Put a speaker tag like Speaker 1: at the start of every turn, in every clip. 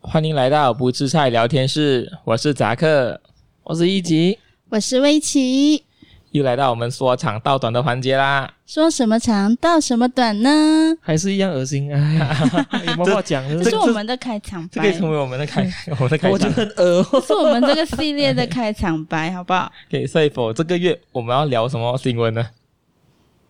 Speaker 1: 欢迎来到不吃菜聊天室，我是扎克，
Speaker 2: 我是一吉，
Speaker 3: 我是威奇。
Speaker 1: 又来到我们说长道短的环节啦。
Speaker 3: 说什么长到什么短呢？
Speaker 2: 还是一样恶心哎，有没有话讲
Speaker 3: 这
Speaker 2: 了？
Speaker 3: 是我们的开场
Speaker 1: 这可
Speaker 3: 白，
Speaker 1: 以成为我们的开，我们的开
Speaker 2: 我觉
Speaker 1: 场
Speaker 2: 得。很恶
Speaker 3: 这是我们这个系列的开场白， 好不好？
Speaker 1: OK，所以否这个月我们要聊什么新闻呢？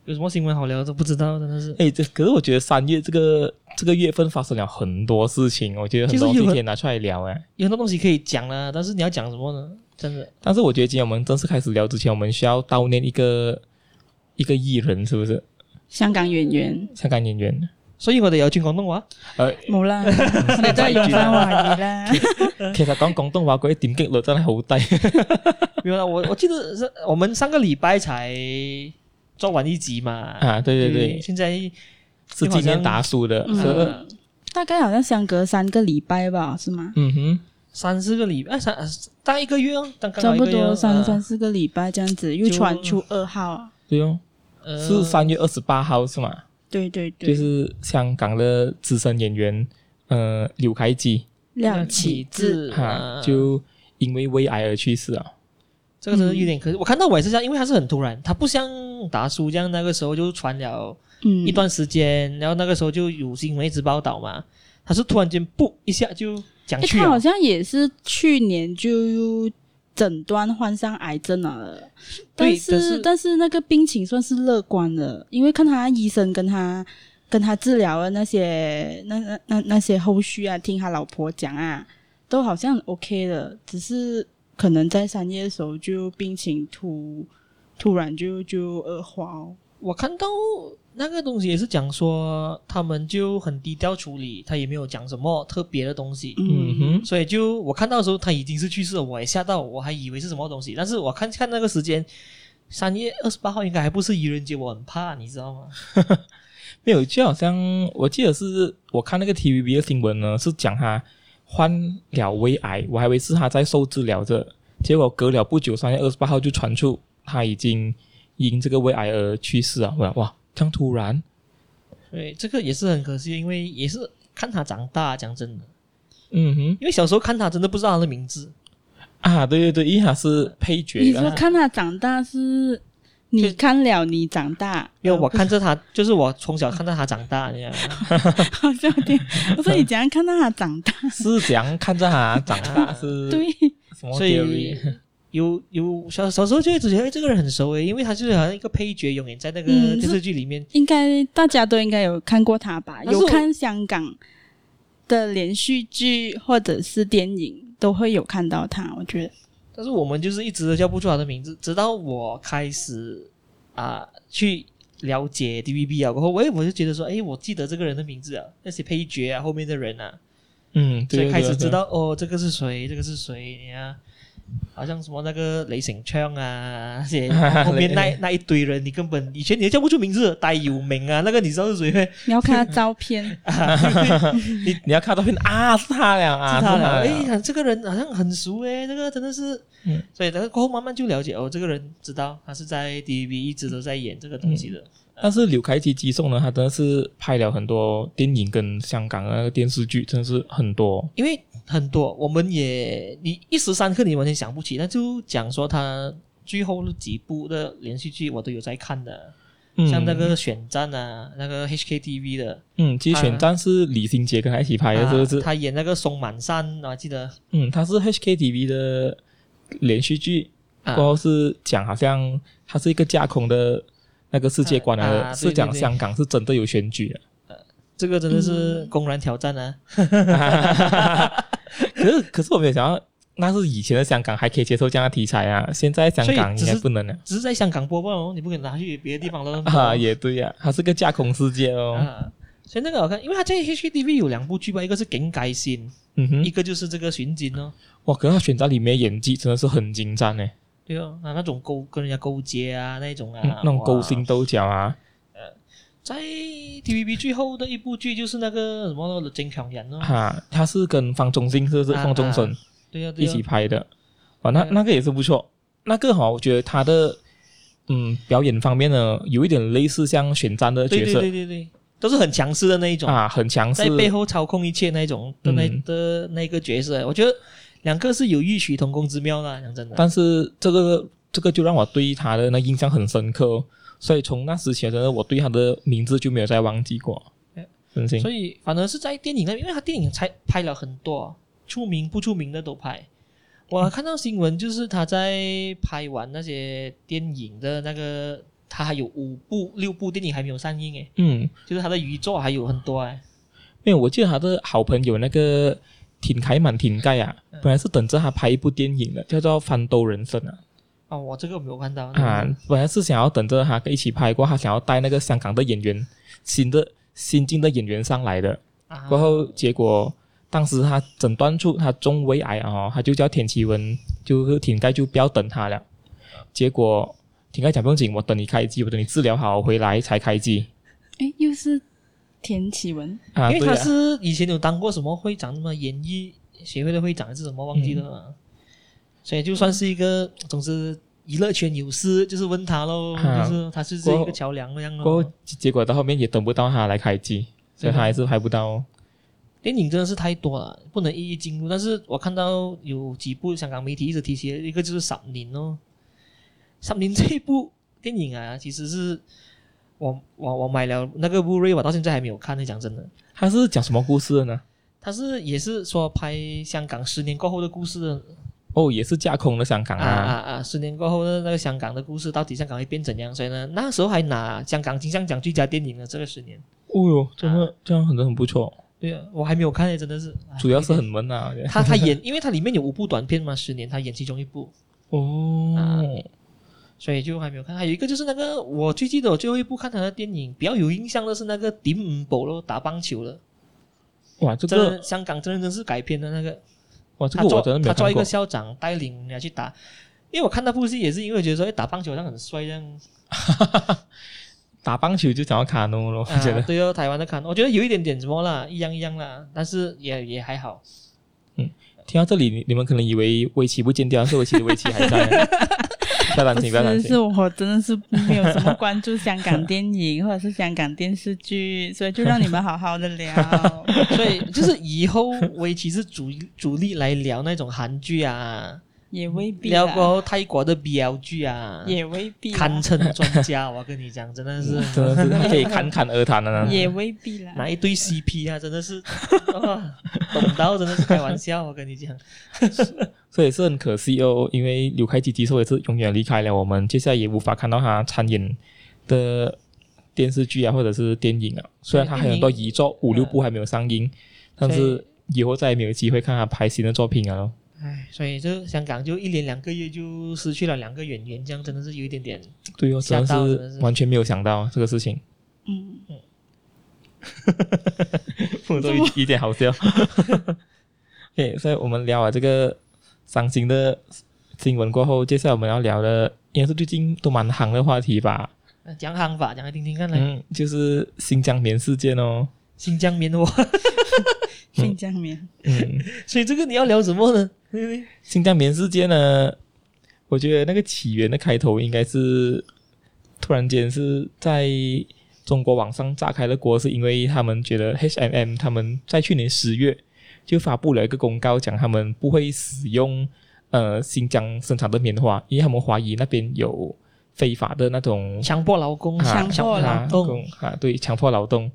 Speaker 2: 有什么新闻好聊都不知道，真的是。
Speaker 1: 哎，这可是我觉得三月这个这个月份发生了很多事情，我觉得很多
Speaker 2: 其实
Speaker 1: 东
Speaker 2: 有
Speaker 1: 西
Speaker 2: 很
Speaker 1: 可以拿出来聊哎。
Speaker 2: 有很多东西可以讲啦，但是你要讲什么呢？真的，
Speaker 1: 但是我觉得今天我们正式开始聊之前，我们需要悼念一个一个艺人，是不是？
Speaker 3: 香港演员，
Speaker 1: 香港演员，
Speaker 2: 所以我哋有轉廣東話，
Speaker 1: 呃，
Speaker 3: 冇啦，我哋都係用翻華語啦。
Speaker 1: 其實講廣東話嗰啲點擊率真係好低。
Speaker 2: 沒有啦。我我記得是我們上個禮拜才做完一集嘛。
Speaker 1: 啊對對對
Speaker 2: 現在
Speaker 1: 是今天打输的，
Speaker 3: 嗯
Speaker 1: 十二，
Speaker 3: 大概好像相隔三个礼拜吧，是吗？
Speaker 1: 嗯哼，
Speaker 2: 三四個禮拜，哎三大概一個月哦，剛剛
Speaker 3: 差
Speaker 2: 好一
Speaker 3: 不
Speaker 2: 個月哦
Speaker 3: 多三三
Speaker 2: 啊
Speaker 3: 四个礼拜这样子，又
Speaker 2: 就
Speaker 3: 传出二号，
Speaker 1: 对哦，
Speaker 2: 呃
Speaker 1: 是三月二十八号是吗？
Speaker 3: 对对
Speaker 1: 就
Speaker 3: 对，
Speaker 1: 是香港的资深演员，呃，刘凯基
Speaker 3: 廖启智，
Speaker 1: 哈，
Speaker 2: 啊
Speaker 1: 就因为胃癌而去世啊。
Speaker 2: 这个真的有点可惜。我看到我也是这样，因为它是很突然，它不像达叔这样，那个时候就传了
Speaker 3: 嗯，
Speaker 2: 一段时间，然后那个时候就有新闻一直报道嘛。它是突然间不一下就讲
Speaker 3: 诶
Speaker 2: 去哦
Speaker 3: 他好
Speaker 2: 了，
Speaker 3: 像也是去年就诊断患上癌症了，但
Speaker 2: 对
Speaker 3: 是
Speaker 2: 但是
Speaker 3: 但是那个病情算是乐观的，因为看他医生跟他跟他治疗的那些那那那那些后续啊，听他老婆讲啊，都好像 OK 的，只是可能在三月的时候就病情突突然就就恶化哦。
Speaker 2: 我看到那个东西也是讲说他们就很低调处理，他也没有讲什么特别的东西。
Speaker 1: 嗯哼，
Speaker 2: 所以就我看到的时候，他已经是去世了，我也吓到，我还以为是什么东西。但是我看看那个时间，三月二十八号应该还不是愚人节，我很怕，你知道吗？
Speaker 1: 没有，就好像我记得是我看那个 TVB 的新闻呢，是讲他患了胃癌，我还以为是他在受治疗着，结果隔了不久，三月二十八号就传出他已经因这个胃癌而去世啊！我讲哇，这样突然，
Speaker 2: 对，这个也是很可惜，因为也是看他长大。讲真的，
Speaker 1: 嗯哼，
Speaker 2: 因为小时候看他真的不知道他的名字，
Speaker 1: 啊，对对对，因为他是配角，
Speaker 3: 你
Speaker 1: 然
Speaker 3: 说
Speaker 1: 后
Speaker 3: 看他长大是你
Speaker 2: 就
Speaker 3: 看了你长大，
Speaker 2: 因为我
Speaker 3: 而不是
Speaker 2: 看着他，就是我从小看到他长大，你知道吗？
Speaker 3: 好笑点。 我说你怎样看到他长大？
Speaker 1: 是怎样看着他长大 是
Speaker 3: 对，
Speaker 1: 什么
Speaker 2: 所
Speaker 1: theory？
Speaker 2: 以 有有小小时候就会觉得，哎，这个人很熟诶，因为他就是好像一个配角，永远在那个
Speaker 3: 嗯
Speaker 2: 电视剧里面。
Speaker 3: 应该大家都应该有看过他吧？
Speaker 2: 但是我
Speaker 3: 有看香港的连续剧或者是电影，都会有看到他。我觉得，
Speaker 2: 但是我们就是一直都叫不出他的名字，直到我开始啊、去了解 DVB 啊，过后，哎，我就觉得说，哎，我记得这个人的名字啊，那些配角啊，后面的人啊，
Speaker 1: 嗯，
Speaker 2: 所
Speaker 1: 对
Speaker 2: 以开始
Speaker 1: 对对
Speaker 2: 知道哦，这个是谁，这个是谁，你看，好像什么那个雷神枪啊，那 些后面那那一堆人，你根本以前你都叫不出名字，戴有名啊，那个你知道是谁咩？
Speaker 3: 你要看他照 片，
Speaker 1: 你要看照片啊，是他俩啊，
Speaker 2: 是他了，
Speaker 1: 了，
Speaker 2: 哎，这个人好像很熟诶，这个真的是，
Speaker 1: 嗯
Speaker 2: 所以那个过后慢慢就了解哦，这个人知道他是在 d v 一直都在演这个东西的，
Speaker 1: 但是刘凯奇基颂呢，他真的是拍了很多电影跟香港的那个电视剧，真的是很多。
Speaker 2: 因为很多我们也你一时三刻你完全想不起，那就讲说他最后几部的连续剧我都有在看的。
Speaker 1: 嗯，
Speaker 2: 像那个选战啊，那个 HKTV 的，
Speaker 1: 嗯，其实选战是李心洁跟他一起拍的，
Speaker 2: 啊
Speaker 1: 是不是？
Speaker 2: 他演那个松满山，我还记得
Speaker 1: 嗯，他是 HKTV 的连续剧，
Speaker 2: 啊
Speaker 1: 然后是讲好像他是一个架空的那个世界观来的，
Speaker 2: 啊啊对
Speaker 1: 是讲
Speaker 2: 对对
Speaker 1: 香港是真的有选举的。
Speaker 2: 这个真的是公然挑战啊！
Speaker 1: 可是可是我没有想到，那是以前的香港还可以接受这样的题材啊，现在香港应
Speaker 2: 所以只
Speaker 1: 该
Speaker 2: 是
Speaker 1: 不能了。
Speaker 2: 只是在香港播报哦，你不可能拿去别的地方乱 播
Speaker 1: 啊，也对呀、它是个架空世界哦。
Speaker 2: 啊所以那个好看，因为他在 HKTV 有两部剧吧，一个是《警戒心》，
Speaker 1: 嗯
Speaker 2: 一
Speaker 1: 哼，
Speaker 2: 个就是这个《寻金》哦。
Speaker 1: 哇，可是他选在里面演技真的是很精湛呢、
Speaker 2: 对哦，啊那种勾跟人家勾结啊，那一种啊，
Speaker 1: 嗯 那种
Speaker 2: 哇
Speaker 1: 勾心。斗角啊，
Speaker 2: 在 TVB 最后的一部剧就是那个什么《真强人》哦，
Speaker 1: 哈、他是跟方中信是不是
Speaker 2: 啊
Speaker 1: 方中
Speaker 2: 啊
Speaker 1: 信
Speaker 2: 对啊，对
Speaker 1: 一
Speaker 2: 啊
Speaker 1: 起拍的？哇，那
Speaker 2: 对啊
Speaker 1: 那个也是不错。那个哈、我觉得他的嗯表演方面呢，有一点类似像选战的
Speaker 2: 对
Speaker 1: 角
Speaker 2: 对
Speaker 1: 色，
Speaker 2: 对对对，都是很强势的那一种，
Speaker 1: 啊，很强势
Speaker 2: 在，背后操控一切那一种的那、
Speaker 1: 嗯
Speaker 2: 的那个角色，我觉得两个是有异曲同工之妙啦，讲真的。
Speaker 1: 但是这个这个就让我对他的那印象很深刻、哦，所以从那时起来，真的我对他的名字就没有再忘记过
Speaker 2: 哎，
Speaker 1: 真心
Speaker 2: 所以反而是在电影那边，因为他电影才拍了很多，出名不出名的都拍。我看到新闻，就是他在拍完那些电影的那个，他还有五部、六部电影还没有上映诶，
Speaker 1: 嗯，
Speaker 2: 就是他的余作还有很多诶。
Speaker 1: 没有，我记得他的好朋友那个挺凯满挺盖啊，
Speaker 2: 嗯
Speaker 1: 本来是等着他拍一部电影的，叫做《翻兜人生》啊，
Speaker 2: 哦，我这个没有看到
Speaker 1: 啊，本来是想要等着他一起拍过，他想要带那个香港的演员，新的新进的演员上来的，
Speaker 2: 啊
Speaker 1: 过后结果当时他诊断出他中胃癌啊、哦，他就叫田启文，就是挺盖就不要等他了，结果挺盖讲不用紧，我等你开机，我等你治疗好回来才开机
Speaker 3: 哎，又是田 启文，
Speaker 1: 啊，
Speaker 2: 因为
Speaker 1: 对
Speaker 2: 他
Speaker 1: 啊，
Speaker 2: 是以前有当过什么会长，什么演艺协会的会长还是什么，忘记了嘛。
Speaker 1: 嗯
Speaker 2: 所以就算是一个，总之娱乐圈有事就是问他喽，
Speaker 1: 啊
Speaker 2: 就是他是
Speaker 1: 过
Speaker 2: 这
Speaker 1: 后
Speaker 2: 个桥梁那样
Speaker 1: 过后
Speaker 2: 咯。
Speaker 1: 结果到后面也等不到他来开机，所以他还是拍不到、哦。
Speaker 2: 电影真的是太多了，不能一一进入。但是我看到有几部香港媒体一直提起的，一个就是《闪灵》哦，《闪灵》 这一部电影啊，其实是我我我买了那个 Blu-ray，我到现在还没有看呢。讲真的，
Speaker 1: 他是讲什么故事的呢？
Speaker 2: 它是也是说拍香港十年过后的故事的
Speaker 1: 哦，也是架空的香港
Speaker 2: 啊啊
Speaker 1: 啊，
Speaker 2: 啊！十年过后呢，那个香港的故事到底香港会变怎样？所以呢，那时候还拿香港金像奖最佳电影呢。这个十年。
Speaker 1: 哦哟，真
Speaker 2: 啊
Speaker 1: 的这样很很不错，
Speaker 2: 对啊，我还没有看呢，真的 是。唉
Speaker 1: 主要是很闷啊。
Speaker 2: 他他演，因为他里面有五部短片嘛，十年他演其中一部，啊
Speaker 1: 哦，
Speaker 2: 所以就还没有看。还有一个就是那个，我最记得我最后一部看他的电影比较有印象的是那个迪姆博咯，打棒球了，
Speaker 1: 哇，这
Speaker 2: 真
Speaker 1: 个
Speaker 2: 人香港真人真事改编的那个，
Speaker 1: 哇，这
Speaker 2: 他
Speaker 1: 个我
Speaker 2: 做
Speaker 1: 真的没
Speaker 2: 他
Speaker 1: 有
Speaker 2: 做
Speaker 1: 看
Speaker 2: 一
Speaker 1: 过
Speaker 2: 个校长带领人家去打，因为我看那部戏也是因为觉得说，哎，打棒球好像很帅这样。
Speaker 1: 打棒球就讲到卡诺 咯，我觉
Speaker 2: 啊
Speaker 1: 得，
Speaker 2: 对哦，台湾的看，我觉得有一点点什么啦，一样一样啦，但是也也还好。
Speaker 1: 听到这里，你你们可能以为围棋不见掉，是围棋的围棋还 在。不要担
Speaker 3: 不
Speaker 1: 心，不要担
Speaker 3: 是，
Speaker 1: 心
Speaker 3: 是。我哦真的是没有什么关注香港电影或者是香港电视剧，所以就让你们好好的 聊。
Speaker 2: 所以就是以后围棋是主主力来聊那种韩剧啊，
Speaker 3: 也未必啦
Speaker 2: 聊过泰国的 BL 剧啊，
Speaker 3: 也未必啦，嗯
Speaker 2: 堪称专家。我跟你讲，真的是
Speaker 1: 真的是他可以侃侃而谈的呢。
Speaker 3: 也未必啦。
Speaker 2: 哪一堆 CP 啊，真的是、 哇懂到真的是开玩笑。我跟你讲，
Speaker 1: 这也是很可惜哦，因为刘开基基兽也是永远离开了我们，接下来也无法看到他参演的电视剧啊，或者是电影啊。虽然他还有很多遗作，五六部还没有上
Speaker 2: 嗯
Speaker 1: 映，但是以后再也没有机会看他拍新的作品啊了咯。
Speaker 2: 唉，所以就香港就一连两个月就失去了两个演员，这样真的是有一点点。
Speaker 1: 对哦，
Speaker 2: 吓
Speaker 1: 真
Speaker 2: 到
Speaker 1: 的
Speaker 2: 真的
Speaker 1: 是
Speaker 2: 是
Speaker 1: 完全没有想到这个事情，
Speaker 3: 嗯，
Speaker 1: 我都有一点好笑。OK，所以我们聊了这个伤心的新闻过后，接下来我们要聊的应该是最近都蛮行的话题吧？
Speaker 2: 呃讲行法，讲来听听看来。
Speaker 1: 嗯，就是新疆棉事件哦。
Speaker 2: 新疆棉花，
Speaker 3: 新疆棉，
Speaker 1: 嗯。
Speaker 2: 所以这个你要聊什么呢？
Speaker 1: 新疆棉事件呢，我觉得那个起源的开头应该是突然间是在中国网上炸开了锅，是因为他们觉得 H&M 他们在去年十月就发布了一个公告，讲他们不会使用呃新疆生产的棉花，因为他们怀疑那边有非法的那种
Speaker 2: 强迫劳工，
Speaker 1: 啊
Speaker 3: 强迫
Speaker 1: 啊
Speaker 3: 劳
Speaker 2: 动
Speaker 1: 啊，对，强迫劳动。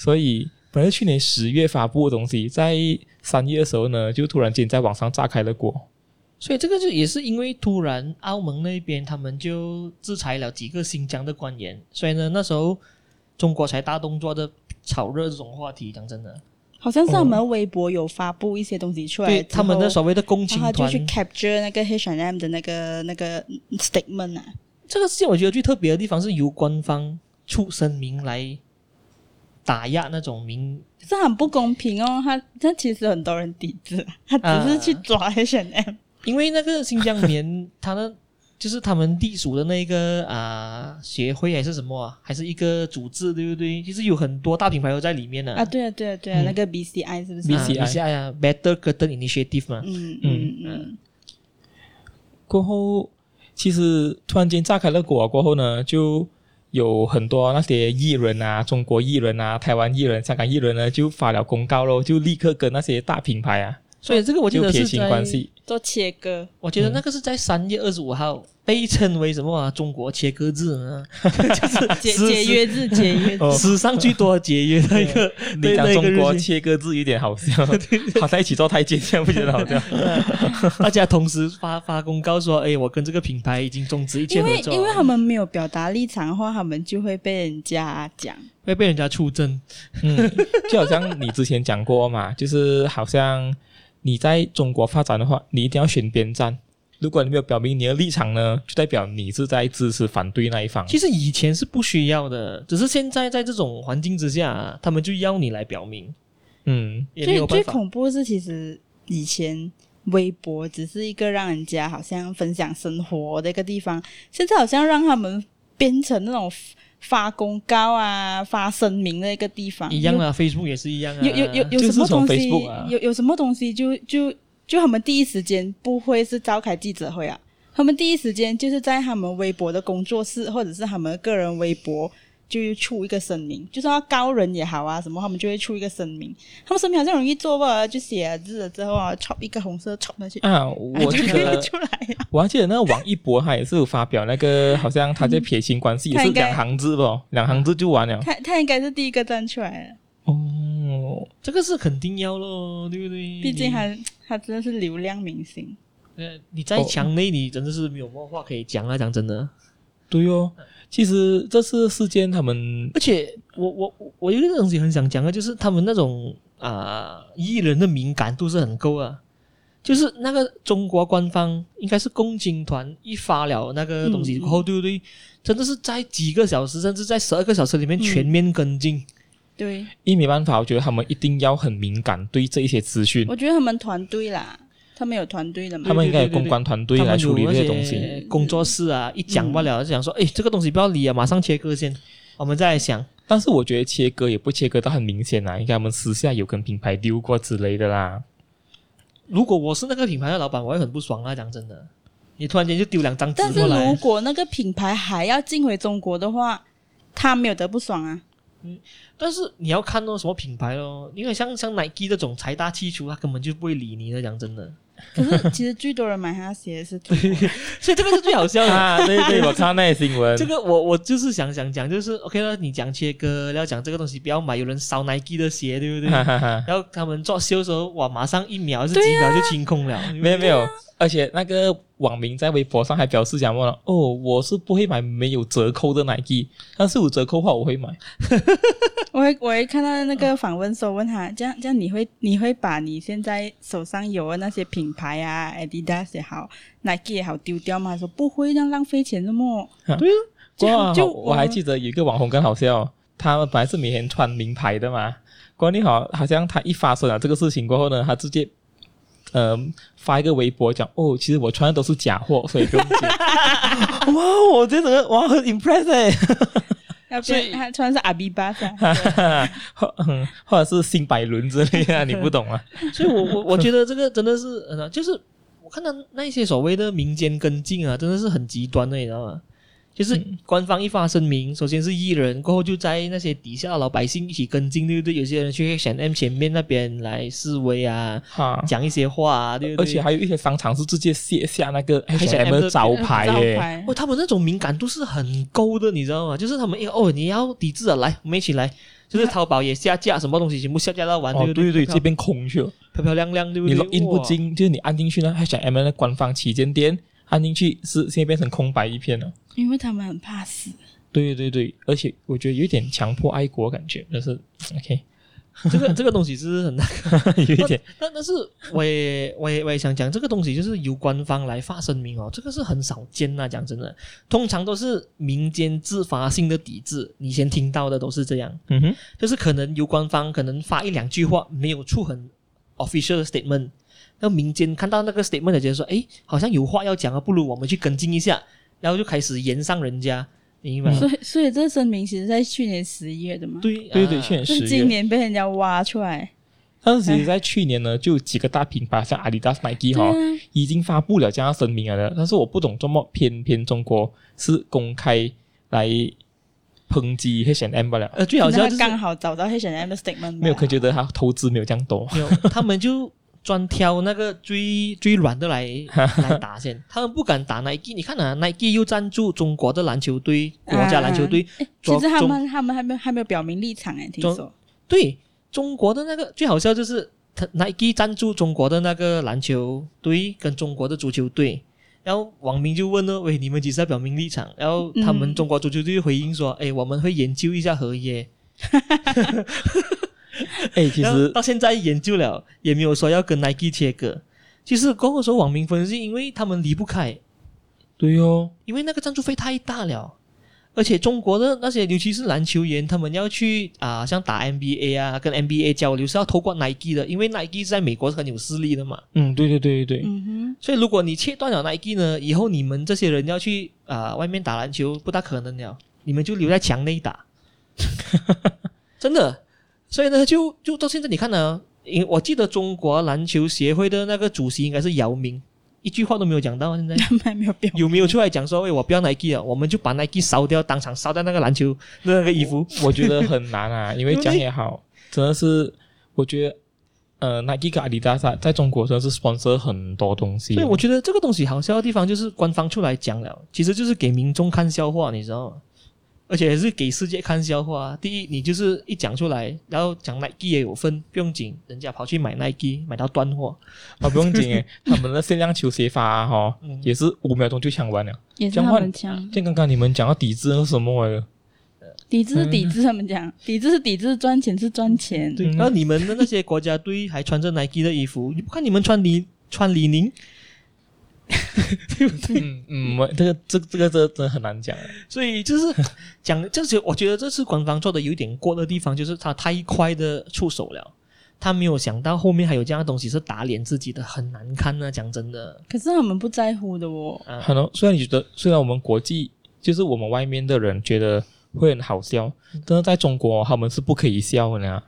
Speaker 1: 所以本来去年十月发布的东西，在三月的时候呢，就突然间在网上炸开了锅。
Speaker 2: 所以这个就也是因为突然澳门那边他们就制裁了几个新疆的官员，所以呢那时候中国才大动作的炒热这种话题。讲真的，
Speaker 3: 好像是我们微博有发布一些东西出来之后，
Speaker 2: 哦对他们的所谓的共
Speaker 3: 然
Speaker 2: 情
Speaker 3: 后就
Speaker 2: 团
Speaker 3: 去，capture 那个 H&M 的那个那个 statement 啊，
Speaker 2: 这个事情我觉得最特别的地方是由官方出声明来打压那种民
Speaker 3: 可是很不公平哦。他他其实很多人抵制，他只是去
Speaker 2: 啊
Speaker 3: 抓 H&M，
Speaker 2: 因为那个新疆棉，它呢就是他们隶属的那个啊、协会还是什么啊，还是一个组织，对不对？其实有很多大品牌都在里面呢、
Speaker 3: 啊，对啊，对啊，对啊，
Speaker 1: 嗯
Speaker 3: 那个 BCI 是不是？
Speaker 1: BCI
Speaker 2: BCI 啊，Better Cotton Initiative 嘛，
Speaker 3: 嗯嗯
Speaker 1: 啊
Speaker 3: 嗯，
Speaker 1: 过后，其实突然间炸开了锅过后呢，就有很多那些艺人啊，中国艺人啊、台湾艺人、香港艺人呢，就发了公告咯，就立刻跟那些大品牌啊，
Speaker 2: 所以这个我记
Speaker 1: 就
Speaker 2: 得
Speaker 1: 撇
Speaker 2: 是
Speaker 1: 清
Speaker 2: 在
Speaker 1: 关系。
Speaker 3: 做切割，
Speaker 2: 我觉得那个是在三月二十五号被称为什么啊？中国切割制呢？
Speaker 3: 解
Speaker 2: 啊是
Speaker 3: 解约制，解约制。
Speaker 1: 哦
Speaker 2: 史上最多解约的一个，
Speaker 1: 你讲
Speaker 2: 对那个
Speaker 1: 中国
Speaker 2: 日期
Speaker 1: 切割制有点好 笑，好在一起做太监，这样不觉得好笑？
Speaker 2: 大家同时发发公告说，哎，我跟这个品牌已经终止一切
Speaker 3: 因
Speaker 2: 合
Speaker 3: 为
Speaker 2: 作，
Speaker 3: 因为他们没有表达立场的话，他们就会被人家讲。
Speaker 2: 会被人家出征。
Speaker 1: 嗯，就好像你之前讲过嘛，就是好像你在中国发展的话，你一定要选边站。如果你没有表明你的立场呢，就代表你是在支持反对那一方。
Speaker 2: 其实以前是不需要的，只是现在在这种环境之下啊，他们就要你来表明，
Speaker 1: 嗯，
Speaker 2: 也没
Speaker 3: 最
Speaker 2: 有办
Speaker 3: 最
Speaker 2: 法。
Speaker 3: 恐怖的是，其实以前微博只是一个让人家好像分享生活的一个地方，现在好像让他们变成那种发公告啊、发声明的一个地方。
Speaker 2: 一样啊，Facebook 也是一样啊。
Speaker 3: 有有有
Speaker 1: 就
Speaker 3: 有
Speaker 1: 是
Speaker 3: 有什么
Speaker 1: 从
Speaker 3: 东西
Speaker 1: Facebook 啊，
Speaker 3: 有有什么东西就就就他们第一时间不会是召开记者会啊，他们第一时间就是在他们微博的工作室或者是他们个人微博。就出一个声明，就算要高人也好啊，什么他们就会出一个声明。他们声明好像容易做吧，就写字了之后啊，戳一个红色戳上去，
Speaker 1: 啊，
Speaker 2: 哎
Speaker 3: 啊
Speaker 1: 我
Speaker 3: 就
Speaker 1: 记
Speaker 3: 可以
Speaker 1: 得
Speaker 3: 出来啊。
Speaker 1: 我还记得那个王一博，他也是有发表那个，好像他在撇清关系，也
Speaker 3: 他
Speaker 1: 是
Speaker 3: 应该
Speaker 1: 两行字咯，两行字就完了。
Speaker 3: 他他应该是第一个站出来的，
Speaker 1: 哦，
Speaker 2: 这个是肯定要咯，对不对？
Speaker 3: 毕竟
Speaker 1: 嗯
Speaker 2: 你
Speaker 3: 他他真的是流量明星。
Speaker 2: 呃，你在墙内，你真的是没有什么话可以讲啊！讲真的，
Speaker 1: 对哦，其实这次事件他们
Speaker 2: 而且我我我我有一个东西很想讲的，啊就是他们那种啊、艺人的敏感度是很够啊。就是那个中国官方应该是共青团一发了那个东西
Speaker 3: 嗯
Speaker 2: 过后，对不对？真的是在几个小时，甚至在十二个小时里面
Speaker 3: 嗯
Speaker 2: 全面跟进。
Speaker 3: 对，
Speaker 1: 因为没办法，我觉得他们一定要很敏感对这一些资讯，
Speaker 3: 我觉得他们团队啦，他们有团队的嘛
Speaker 1: 嗯他。们应该有
Speaker 2: 哦对对对
Speaker 1: 公关团队来啊处理这些东西。
Speaker 2: 呃工作室啊，一讲不了就想说，哎，这个东西不要理啊，马上切割先，我们再来想。
Speaker 1: 但是我觉得切割也不切割到很明显啊啦，应该他们私下有跟品牌丢过之类的啦。
Speaker 2: 如果我是那个品牌的老板，我会很不爽啊！讲真的，你突然间就丢两张纸
Speaker 3: 但是
Speaker 2: 过来
Speaker 3: 如，果那个品牌还要进回中国的话，他没有得不爽啊。
Speaker 2: 但是你要看哦，什么品牌哦，因为像像 Nike 这种财大气粗，他根本就不会理你的。讲真的，
Speaker 3: 可是其实最多人买他的鞋是 中国
Speaker 2: 所以 这个是最好笑的。
Speaker 1: 啊，对对，我看到那些新闻
Speaker 2: 这，个我我就是想想讲，就是 OK 了，你讲切割，要讲这个东西不要买，有人烧 Nike 的鞋，对不 对？
Speaker 1: 哈哈哈。
Speaker 2: 然后他们做秀的时候，哇，马上一秒还是几秒就清空了。
Speaker 1: 没有没有，而且那个网民在微博上还表示讲问了，哦，我是不会买没有折扣的 Nike，但是有折扣的话我会买。
Speaker 3: 我会我会看到那个访问说问他，这样这样你会你会把你现在手上有的那些品牌啊，Adidas 也好，Nike 也好丢掉吗？他说不会，这样浪费钱的么？
Speaker 2: 对啊，
Speaker 1: 哇，
Speaker 3: 就
Speaker 1: 我还记得有一个网红更好笑，他们本来是每天穿名牌的嘛，关你好，好像他一发生了这个事情过后呢，他直接。呃，发一个微博讲哦，其实我穿的都是假货，所以不用紧。哇，我这整个哇很 impressed 哎、
Speaker 3: 要不
Speaker 2: 所
Speaker 3: 然
Speaker 2: 以
Speaker 3: 他穿的是啊阿比 巴噻。
Speaker 1: 或嗯或者是新百伦之类的，你不懂啊？
Speaker 2: 所以我我我觉得这个真的是，呃，就是我看到那一些所谓的民间跟进啊，真的是很极端的，你知道吗？就是
Speaker 1: 嗯
Speaker 2: 官方一发声明，首先是艺人，过后就在那些底下的老百姓一起跟进，对不对？有些人去 H&M 前面那边来示威啊，
Speaker 1: 哈，
Speaker 2: 讲一些话啊，对不
Speaker 1: 而
Speaker 2: 对？
Speaker 1: 且还有一些商场是直接卸下那个
Speaker 2: H&M
Speaker 1: H&M 的招牌
Speaker 3: 招
Speaker 1: 耶、
Speaker 3: 牌
Speaker 2: 哦，他们那种敏感度是很高的，你知道吗？就是他们一哦，你要抵制啊，来，我们一起来。就是淘宝也下架，什么东西全部下架到完，
Speaker 1: 哦，
Speaker 2: 对不
Speaker 1: 对对，
Speaker 2: 漂
Speaker 1: 这边空去了，
Speaker 2: 漂漂亮亮，对不
Speaker 1: 你
Speaker 2: 对？
Speaker 1: login 不
Speaker 2: 哇
Speaker 1: 进，就是你按进去呢，H&M 的官方旗舰店按进去是现在变成空白一片了。
Speaker 3: 因为他们很怕死。
Speaker 1: 对对对，而且我觉得有一点强迫爱国感觉，就是 OK，
Speaker 2: 这个这个东西是很
Speaker 1: 有一点
Speaker 2: 但但是我也我也我也想讲这个东西，就是由官方来发声明哦，这个是很少见呐、讲真的，通常都是民间自发性的抵制，你先听到的都是这样，
Speaker 1: 嗯哼，
Speaker 2: 就是可能由官方可能发一两句话，没有出很 official 的 statement，那民间看到那个 statement 就觉得说，诶，好像有话要讲啊，不如我们去跟进一下，然后就开始言上人家，你明白吗？
Speaker 3: 所以所以这声明其实在去年十一月的嘛，
Speaker 2: 对
Speaker 1: 对对，
Speaker 2: 啊
Speaker 1: 去年
Speaker 3: 就
Speaker 1: 十
Speaker 3: 是今
Speaker 1: 月。
Speaker 3: 年被人家挖出来。
Speaker 1: 但是其实，在去年呢，就有几个大品牌，像 Adidas、Nike
Speaker 3: 对
Speaker 1: 哈、
Speaker 3: 啊，
Speaker 1: 已经发布了这样的声明了的。但是我不懂，这么偏偏中国是公开来抨击 H&M 罢了，
Speaker 2: 呃，最好笑
Speaker 3: 那他
Speaker 2: 就是
Speaker 3: 啊刚好找到 H&M 的 statement，吧
Speaker 1: 没有，可以觉得他投资没有这样 多。
Speaker 2: 没有，他们就专挑那个最最软的来来打先，他们不敢打 Nike。你看啊，Nike 又赞助中国的篮球队，国家篮球队，
Speaker 3: 啊其
Speaker 2: 中
Speaker 3: 实他
Speaker 2: 中
Speaker 3: 们他们还没有还没有表明立场哎，听
Speaker 2: 中
Speaker 3: 说
Speaker 2: 对中国的那个最好笑就是他 Nike 赞助中国的那个篮球队跟中国的足球队。然后网民就问了：“喂，你们几时要表明立场？”然后他们
Speaker 3: 嗯
Speaker 2: 中国足球队就回应说：“哎，我们会研究一下合约。
Speaker 1: 哎，其
Speaker 2: 然后
Speaker 1: 实
Speaker 2: 到现在研究了，也没有说要跟 Nike 切割。其实过后说网民分析，因为他们离不开，
Speaker 1: 对哦，
Speaker 2: 因为那个赞助费太大了，而且中国的那些，尤其是篮球员，他们要去啊、像打 NBA 啊，跟 NBA 交流是要透过 Nike 的，因为 Nike 是在美国是很有势力的嘛。
Speaker 1: 嗯，对对对对对，
Speaker 3: 嗯
Speaker 2: 所以如果你切断了 Nike 呢，以后你们这些人要去啊、外面打篮球不大可能了，你们就留在墙内打，真的。所以呢，就就到现在你看呢，因我记得中国篮球协会的那个主席应该是姚明，一句话都没有讲到啊现在。
Speaker 3: 哼，他们还没有表
Speaker 2: 有没有出来讲说，喂，我不要 Nike 了，我们就把 Nike 烧掉，当场烧掉那个篮球那个衣服。
Speaker 1: 我觉得很难啊，因为
Speaker 2: 对不对
Speaker 1: 讲也好，真的是我觉得。呃，Nike 跟 Adidas 啊在中国真的是 sponsor 很多东西，
Speaker 2: 所以我觉得这个东西好笑的地方就是官方出来讲了，其实就是给民众看笑话，你知道吗？而且也是给世界看笑话。第一，你就是一讲出来，然后讲 Nike 也有分，不用紧，人家跑去买 Nike，买到断货。
Speaker 1: 啊不用紧诶，他们的限量球鞋法啊哈
Speaker 2: 嗯，
Speaker 1: 也是五秒钟就抢完了。
Speaker 3: 也是
Speaker 1: 讲
Speaker 3: 他
Speaker 1: 话
Speaker 3: 们讲，
Speaker 1: 像刚刚你们讲到抵制是什么来着？
Speaker 3: 抵制是抵制，他们讲抵制是抵制，赚钱是赚钱，
Speaker 2: 对，
Speaker 1: 嗯
Speaker 2: 然后你们的那些国家队还穿着 Nike 的衣服，你不看你们穿李穿李宁，
Speaker 1: 嗯嗯，我这个这这个这个真的很难讲啊。
Speaker 2: 所以就是讲，就是我觉得这次官方做的有点过的地方，就是他太快的出手了，他没有想到后面还有这样的东西是打脸自己的，很难看呢、讲真的，
Speaker 3: 可是他们不在乎的哦。
Speaker 2: 啊、
Speaker 1: 很多虽然你觉得，虽然我们国际就是我们外面的人觉得会很好笑，但是在中国他们是不可以笑的啊呢。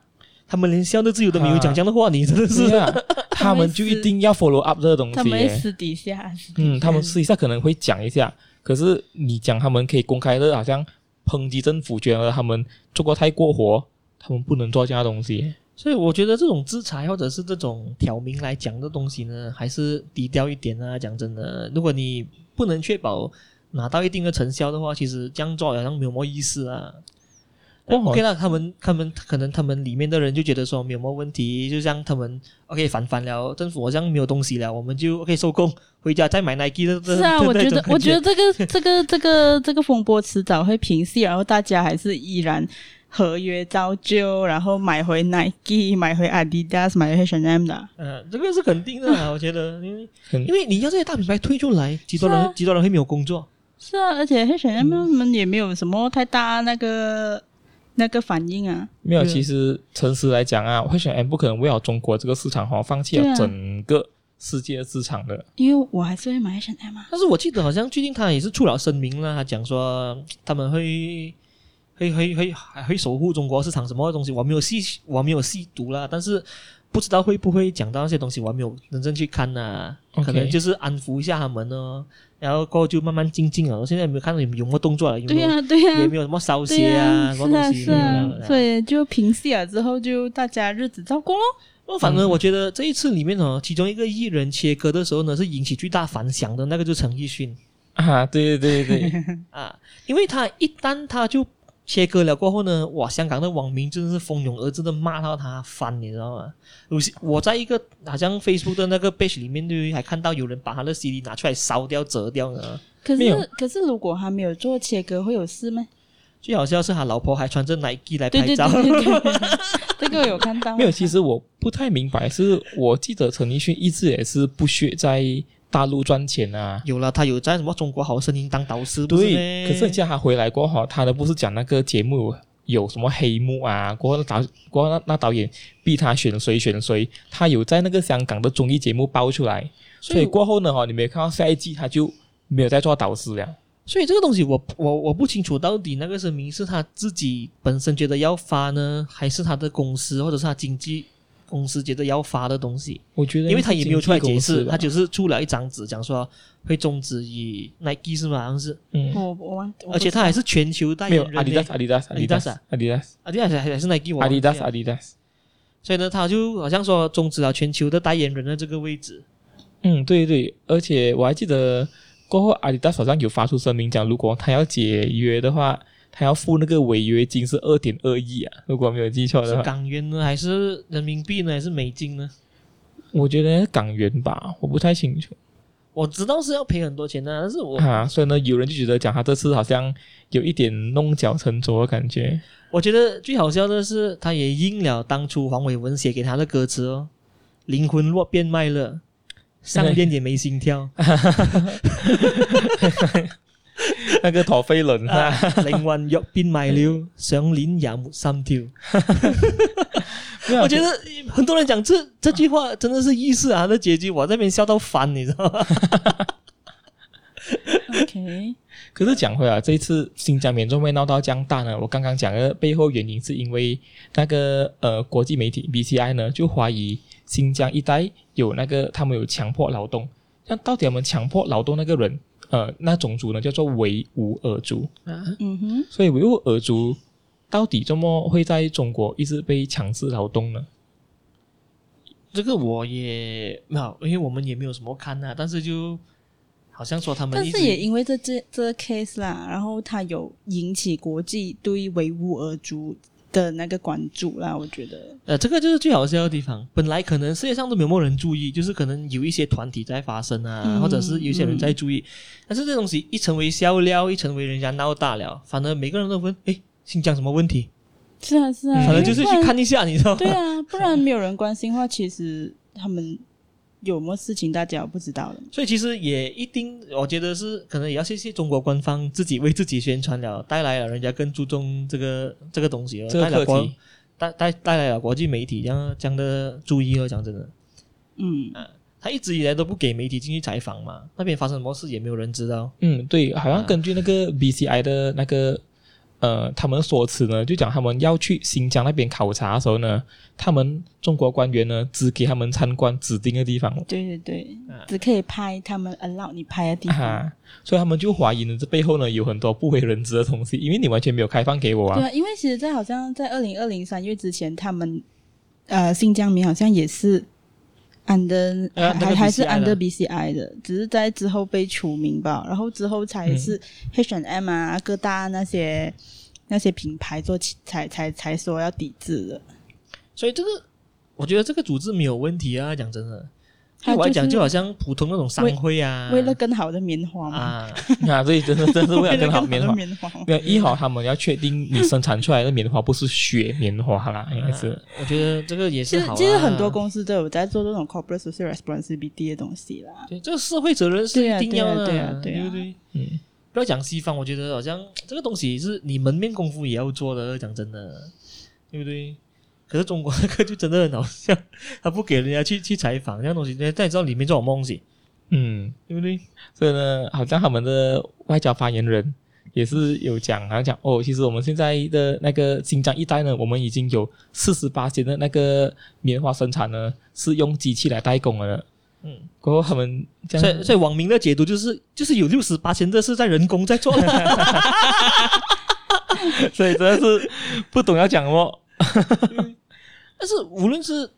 Speaker 2: 他们连笑的自由都没有
Speaker 1: 啊
Speaker 2: 讲这样的话，你真的是
Speaker 1: 是啊，他们就一定要 follow up 这个东
Speaker 3: 他
Speaker 1: 西
Speaker 3: 们会
Speaker 1: 耶。
Speaker 3: 私底下，私底
Speaker 1: 嗯，
Speaker 3: 下
Speaker 1: 他们私底下可能会讲一下，可是你讲他们可以公开的，好像抨击政府，觉得他们做过太过火，他们不能做这样的东西。
Speaker 2: 所以我觉得这种制裁或者是这种挑明来讲的东西呢，还是低调一点啊。讲真的，如果你不能确保拿到一定的成效的话，其实这样做好像没有么意思啊。
Speaker 1: 哦
Speaker 2: OK 啦，他们他们可能他们里面的人就觉得说没有么问题，就像他们 OK 反反了，政府好像没有东西了，我们就 OK 收工，回家再买 Nike 的。
Speaker 3: 是啊，
Speaker 2: 这
Speaker 3: 我
Speaker 2: 这
Speaker 3: 觉
Speaker 2: 种
Speaker 3: 得，
Speaker 2: 感
Speaker 3: 我觉得这个这个这个这个风波迟早会平息，然后大家还是依然合约照旧，然后买回 Nike，买回 Adidas，买回 H&M 的。
Speaker 2: 呃，这个是肯定的啊， 我觉得，因为
Speaker 1: 很
Speaker 2: 因为你要这些大品牌推出来，极端
Speaker 3: 是
Speaker 2: 人
Speaker 3: 啊
Speaker 2: 极端人会没有工作。
Speaker 3: 是啊，而且 H&M
Speaker 2: 嗯
Speaker 3: 他们也没有什么太大那个那个反应啊。
Speaker 1: 没有，
Speaker 2: 对啊
Speaker 1: 其实诚实来讲啊，会选 M 不可能为了中国这个市场哈，放弃
Speaker 3: 对
Speaker 1: 了
Speaker 3: 啊
Speaker 1: 整个世界市场的。
Speaker 3: 因为我还是会买 H&M 啊。
Speaker 2: 但是我记得好像最近他也是出了声明啦，他讲说嗯他们会会会会还会守护中国市场什么东西，我没有细我没有细读啦，但是不知道会不会讲到那些东西，我还没有认真去看呐、
Speaker 1: OK
Speaker 2: 可能就是安抚一下他们哦，然后过后就慢慢静静了。我现在也没有看到有有没有动作了，有没
Speaker 3: 对
Speaker 2: 有、
Speaker 3: 啊，对
Speaker 2: 也
Speaker 3: 啊
Speaker 2: 没。有什么烧
Speaker 3: 对
Speaker 2: 鞋
Speaker 3: 啊，
Speaker 2: 什
Speaker 3: 是
Speaker 2: 么东
Speaker 3: 啊，
Speaker 2: 西
Speaker 3: 是
Speaker 2: 没有
Speaker 3: 啊
Speaker 2: 了，
Speaker 3: 所以就平息了之后，就大家日子照过咯。
Speaker 2: 那反正我觉得这一次里面哦，其中一个艺人切割的时候呢，是引起最大反响的那个，就是陈奕迅。
Speaker 1: 啊，对对对 对，
Speaker 2: 啊，因为他一旦他就切割了过后呢，哇，香港的网民真的是蜂拥而至的骂到他翻，你知道吗？有些我在一个好像 Facebook 的那个 page 里面，对，还看到有人把他的 CD 拿出来烧掉、折掉呢。
Speaker 3: 可
Speaker 1: 没有
Speaker 3: 是，可是如果他没有做切割，会有事吗？
Speaker 2: 最好笑是他老婆还穿着 Nike 来
Speaker 3: 对
Speaker 2: 拍
Speaker 3: 对
Speaker 2: 照，
Speaker 3: 对对对，对 这个我有看 到。
Speaker 1: 没有。其实我不太明白，是我记得陈奕迅一直也是不屑在大陆赚钱啊。
Speaker 2: 有了他有在什么《中国好声音》当导师，不
Speaker 1: 对，可是你
Speaker 2: 是咩
Speaker 1: 叫他回来过后，他的不是讲那个节目有什么黑幕啊？过后那导过后那那导演逼他选谁选谁，他有在那个香港的综艺节目爆出来，所以
Speaker 2: 所以
Speaker 1: 过后呢，哈，你没有看到下一季他就没有再做导师了。
Speaker 2: 所以这个东西我我我不清楚到底那个声明是他自己本身觉得要发呢，还是他的公司或者是他经纪公司觉得要发的东西，
Speaker 1: 我觉得
Speaker 2: 因为他也没有出来解
Speaker 1: 经纪公司
Speaker 2: 释，
Speaker 1: 吧
Speaker 2: 他只是出了一张纸讲说会终止以 Nike 是吗？好像是，
Speaker 1: 嗯，
Speaker 3: 我我忘，我
Speaker 2: 而且他还是全球代
Speaker 1: 没
Speaker 2: 言
Speaker 1: 有
Speaker 2: 人呢，
Speaker 1: 阿迪达斯阿迪达斯阿迪达斯
Speaker 2: Adidas 啊
Speaker 1: 阿迪达斯
Speaker 2: 啊对啊，还是还是 Nike 我
Speaker 1: 阿迪达
Speaker 2: 忘
Speaker 1: 斯
Speaker 2: 记了
Speaker 1: 阿迪达斯，
Speaker 2: 所以呢，他就好像说终止了全球的代言人的这个 位置。
Speaker 1: 嗯，对对，而且我还记得过后阿迪达斯好像有发出声明讲，如果他要解约的话，他要付那个违约金是二点二亿啊，如果没有记错的
Speaker 2: 是
Speaker 1: 话。
Speaker 2: 港元呢，还是人民币呢，还是美金呢？
Speaker 1: 我觉得港元吧，我不太清楚
Speaker 2: 我知道是要赔很多钱的，但 是我、
Speaker 1: 啊。所以呢，有人就觉得讲他这次好像有一点弄巧成拙的感觉。
Speaker 2: 我觉得最好笑的是，他也应了当初黄伟文写给他的歌词哦，“灵魂若变卖了，上边也没心跳，
Speaker 1: 那个陀飞轮啊，
Speaker 2: 灵魂若变卖了，上链也没心跳。”
Speaker 1: 没有
Speaker 2: 我觉得很多人讲这这句话真的是意思啊，他的结局我这边笑到翻，你知道吗？
Speaker 3: OK，
Speaker 1: 可是讲回来，这一次新疆棉中会闹到这样大呢，我刚刚讲的背后原因是因为那个呃国际媒体 BCI 呢就怀疑新疆一带有那个他们有强迫劳动，那到底我们强迫劳动那个人呃那种族呢叫做维吾尔族，
Speaker 3: 嗯哼，
Speaker 1: 所以维吾尔族到底怎么会在中国一直被强制劳动呢？
Speaker 2: 这个我也没有，因为我们也没有什么看啊，但是就好像说他们
Speaker 3: 但
Speaker 2: 一
Speaker 3: 是
Speaker 2: 直
Speaker 3: 也因为这这这 case 啦，然后他有引起国际对维吾尔族的那个关注啦，我觉得，
Speaker 2: 呃，这个就是最好笑的地方。本来可能世界上都没有人注意，就是可能有一些团体在发声啊，
Speaker 3: 嗯
Speaker 2: 或者是有一些人在注意，但是这东西一成为笑料，一成为人家闹大了，反而每个人都问，诶，新疆什么问题？
Speaker 3: 是啊是
Speaker 1: 嗯
Speaker 3: 啊，
Speaker 2: 反正就是
Speaker 3: 因为
Speaker 2: 去
Speaker 3: 不然
Speaker 2: 看一下，你知道吗？
Speaker 3: 对啊，不然没有人关心的话，其实他们有没有事情大家不知道的。
Speaker 2: 所以其实也一定，我觉得是可能也要谢谢中国官方自己为自己宣传了，带来了人家更注重这个这个东西了，
Speaker 1: 这
Speaker 2: 带
Speaker 1: 个
Speaker 2: 来
Speaker 1: 课
Speaker 2: 国
Speaker 1: 题，
Speaker 2: 带带带来了国际媒体这样这样的注意哦。讲真的，
Speaker 3: 嗯，
Speaker 2: 他一直以来都不给媒体进去采访嘛，那边发生什么事也没有人知道。
Speaker 1: 嗯，对，好像
Speaker 2: 啊
Speaker 1: 根据那个 BCI 的那个呃，他们的说辞呢，就讲他们要去新疆那边考察的时候呢，他们中国官员呢只给他们参观指定的地方
Speaker 3: 对对对，
Speaker 2: 啊
Speaker 3: 只可以拍他们 allow 你拍的地方。
Speaker 1: 啊，所以他们就怀疑呢这背后呢有很多不为人知的东西，因为你完全没有开放给我
Speaker 3: 对
Speaker 1: 啊。
Speaker 3: 啊，因为其实，在好像在二零二零三月之前，他们呃新疆棉好像也是 under 还、
Speaker 2: 呃那个
Speaker 3: 还是
Speaker 2: BCI 的
Speaker 3: under BCI 的，只是在之后被除名吧，然后之后才是 H&M 啊、各大那些那些品牌做起才才才说要抵制的。
Speaker 2: 所以这个，我觉得这个组织没有问题啊。讲真的，
Speaker 3: 它
Speaker 2: 对我来
Speaker 3: 就
Speaker 2: 讲
Speaker 3: 是
Speaker 2: 就好像普通那种商会啊，
Speaker 3: 为了更好的棉花嘛，
Speaker 2: 啊，
Speaker 1: 啊，对，真的真是为了更好棉花
Speaker 3: 为了。更好的棉花。
Speaker 1: 没有一号，他们要确定你生产出来的棉花不是雪棉花啦，应该是。
Speaker 2: 啊我觉得这个也
Speaker 3: 其
Speaker 2: 是
Speaker 3: 实
Speaker 2: 好、啊。
Speaker 3: 其实很多公司都有在做这种 corporate social responsibility 的东西啦。
Speaker 2: 对这个社会责任是
Speaker 3: 对啊
Speaker 2: 一定要的，
Speaker 3: 对啊对啊对啊
Speaker 2: 对不对？
Speaker 1: 嗯，
Speaker 2: 不要讲西方，我觉得好像这个东西是你门面功夫也要做的，讲真的，对不对？可是中国 那个就真的很好笑，他不给人家去去采访这样东西，人家也知道里面做什么东西，
Speaker 1: 嗯，
Speaker 2: 对不对？
Speaker 1: 所以呢，好像他们的外交发言人也是有讲，好像讲哦，其实我们现在的那个新疆一带呢，我们已经有四十八的那个棉花生产呢是用机器来代工的了。
Speaker 2: 嗯，
Speaker 1: 过后他们这
Speaker 2: 所
Speaker 1: 样
Speaker 2: 以，所以网民的解读就是，就是有六十八千的是在人工在 做的，
Speaker 1: 所以真的 是不懂要讲什么。
Speaker 2: 但是无论是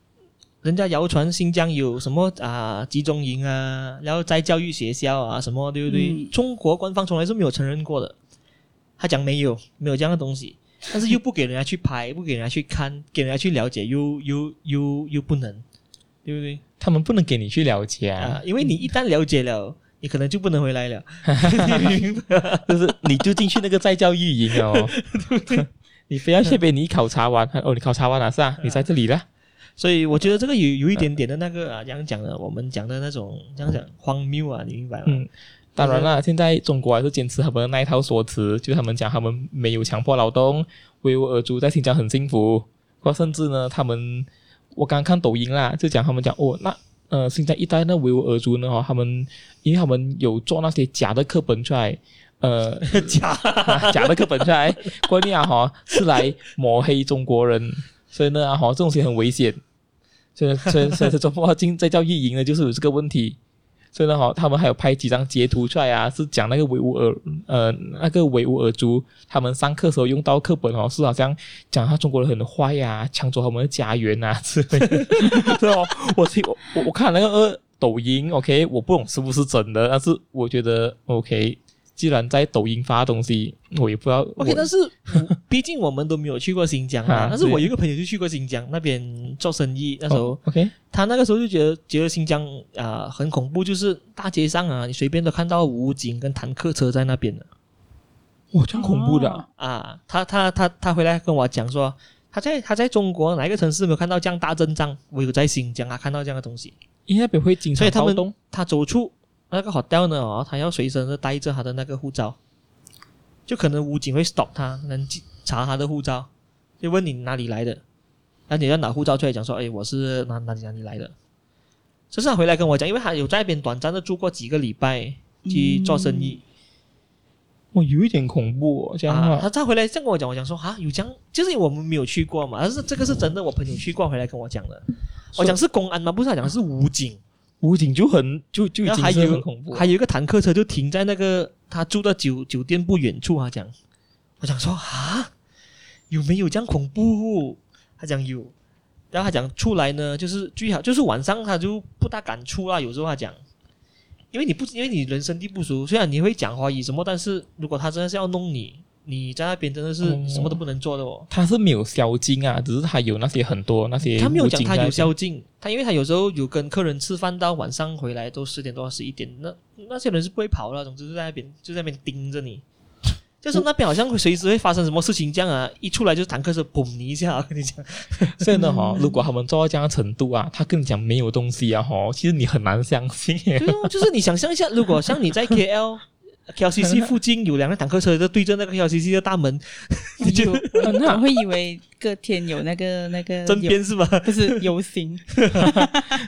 Speaker 2: 人家谣传新疆有什么啊集中营啊，然后在教育学校啊什么，对不对？
Speaker 3: 嗯
Speaker 2: 中国官方从来是没有承认过的，他讲没有，没有这样的东西，但
Speaker 3: 哦
Speaker 2: 是又不给人家去拍，不给人家去看，给人家去了解，又又又又不能，对不对？
Speaker 1: 他们不能给你去了解
Speaker 2: 啊
Speaker 1: 啊，，
Speaker 2: 因为你一旦了解了。你可能就不能回 来了， 你明白吗
Speaker 1: 就是你就进去那个再教育营了 哦，你非要这边你考察完，哦，你考察完了是啊，你在这里了，
Speaker 2: 所以我觉得这个有有一点点的那个啊，这样讲的，我们讲的那种这样讲荒谬啊，你明白吗？
Speaker 1: 嗯。当然啦，现在中国还是坚持他们的那一套说辞，就是他们讲他们没有强迫劳动，维吾尔族在新疆很幸福。或甚至呢，他们我刚刚看抖音啦，就讲他们讲哦，那呃新疆一带那维吾尔族呢，哦，他们因为他们有做那些假的课本出来，呃，
Speaker 2: 假
Speaker 1: 啊 假的课本出来，观念啊哈是来抹黑中国人，所以呢啊哈这种东西很危险。 所以所以所以这种话进在叫意淫呢，就是有这个问题。所以呢，哈，他们还有拍几张截图出来啊，是讲那个维吾尔，呃，那个维吾尔族他们上课时候用到课本哦，是好像讲他中国人很坏呀、抢走他们的家园啊 之类的。对哦，我听我我我看那个呃抖音，OK，我不懂是不是真的，但是我觉得 OK，既然在抖音发东西，我也不知道我。
Speaker 2: OK，但是我毕竟我们都没有去过新 疆
Speaker 1: 啊
Speaker 2: 啊。但是
Speaker 1: 对
Speaker 2: 我有一个朋友就去过新疆那边做生意，那时候、
Speaker 1: 哦 OK，
Speaker 2: 他那个时候就觉得觉得新疆啊、很恐怖，就是大街上啊，你随便都看到武警跟坦克车在那边的
Speaker 1: 哇，这样恐怖的啊、
Speaker 3: 哦
Speaker 2: 啊。他他他他回来跟我讲说，他在他在中国哪一个城市没有看到这样大阵仗？我有在新疆啊看到这样的东西。
Speaker 1: 因为那边会经常
Speaker 2: 所以他
Speaker 1: 暴
Speaker 2: 们
Speaker 1: 动。
Speaker 2: 他走出那个 hotel 呢，哦，他要随身的带着他的那个护照，就可能武警会 stop 他，能记查他的护照，就问你哪里来的，然后你要拿护照出来讲说，哎，我是哪哪里哪里来的。这是他回来跟我讲，因为他有在那边短暂的住过几个礼拜
Speaker 3: 嗯
Speaker 2: 去做生意、
Speaker 1: 哇，有一点恐怖、哦，这样的话
Speaker 2: 啊。他再回来这样跟我讲，我讲说啊，有这样，就是我们没有去过嘛，但是这个是真的，我朋友去过回来跟我讲的。我讲是公安吗？不是，他讲是武警。
Speaker 1: 武警就很就就已
Speaker 2: 然
Speaker 1: 经
Speaker 2: 后还
Speaker 1: 是
Speaker 2: 有
Speaker 1: 很恐怖了，
Speaker 2: 还有一个坦克车就停在那个他住的酒酒店不远处啊，讲，我讲说啊，有没有这样恐怖？他讲有，然后他讲出来呢，就是最好就是晚上他就不大敢出啊啦，有时候他讲。因为你不，因为你人生地不熟，虽然你会讲华语什么，但是如果他真的是要弄你，你在那边真的是
Speaker 1: 哦
Speaker 2: 什么都不能做的哦。
Speaker 1: 他是没有宵禁啊，只是他有那些很多那些
Speaker 2: 他没有
Speaker 1: 武
Speaker 2: 讲
Speaker 1: 警啊
Speaker 2: 他有
Speaker 1: 在
Speaker 2: 宵禁，他因为他有时候有跟客人吃饭到晚上回来都十点多十一点，那那些人是不会跑了，总之就在那边就在那边盯 着你，就是那边好像会随时会发生什么事情这样啊，一出来就是坦克车嘣你一下，我跟 你讲，
Speaker 1: 所以呢，嗯哈，如果他们做到这样的程度啊，他跟你讲没有东西啊，哈，其实你很难相信耶。
Speaker 2: 对哦，就是你想象一下，如果像你在 KL。KLCC 附近有两个坦克车就对着那个 KLCC 的大门，
Speaker 3: 我以为我
Speaker 1: 很好
Speaker 3: 我会以为隔天有那个那
Speaker 1: 哎
Speaker 3: 个
Speaker 2: 针
Speaker 3: 游
Speaker 2: 边是吧？
Speaker 3: 不是游行，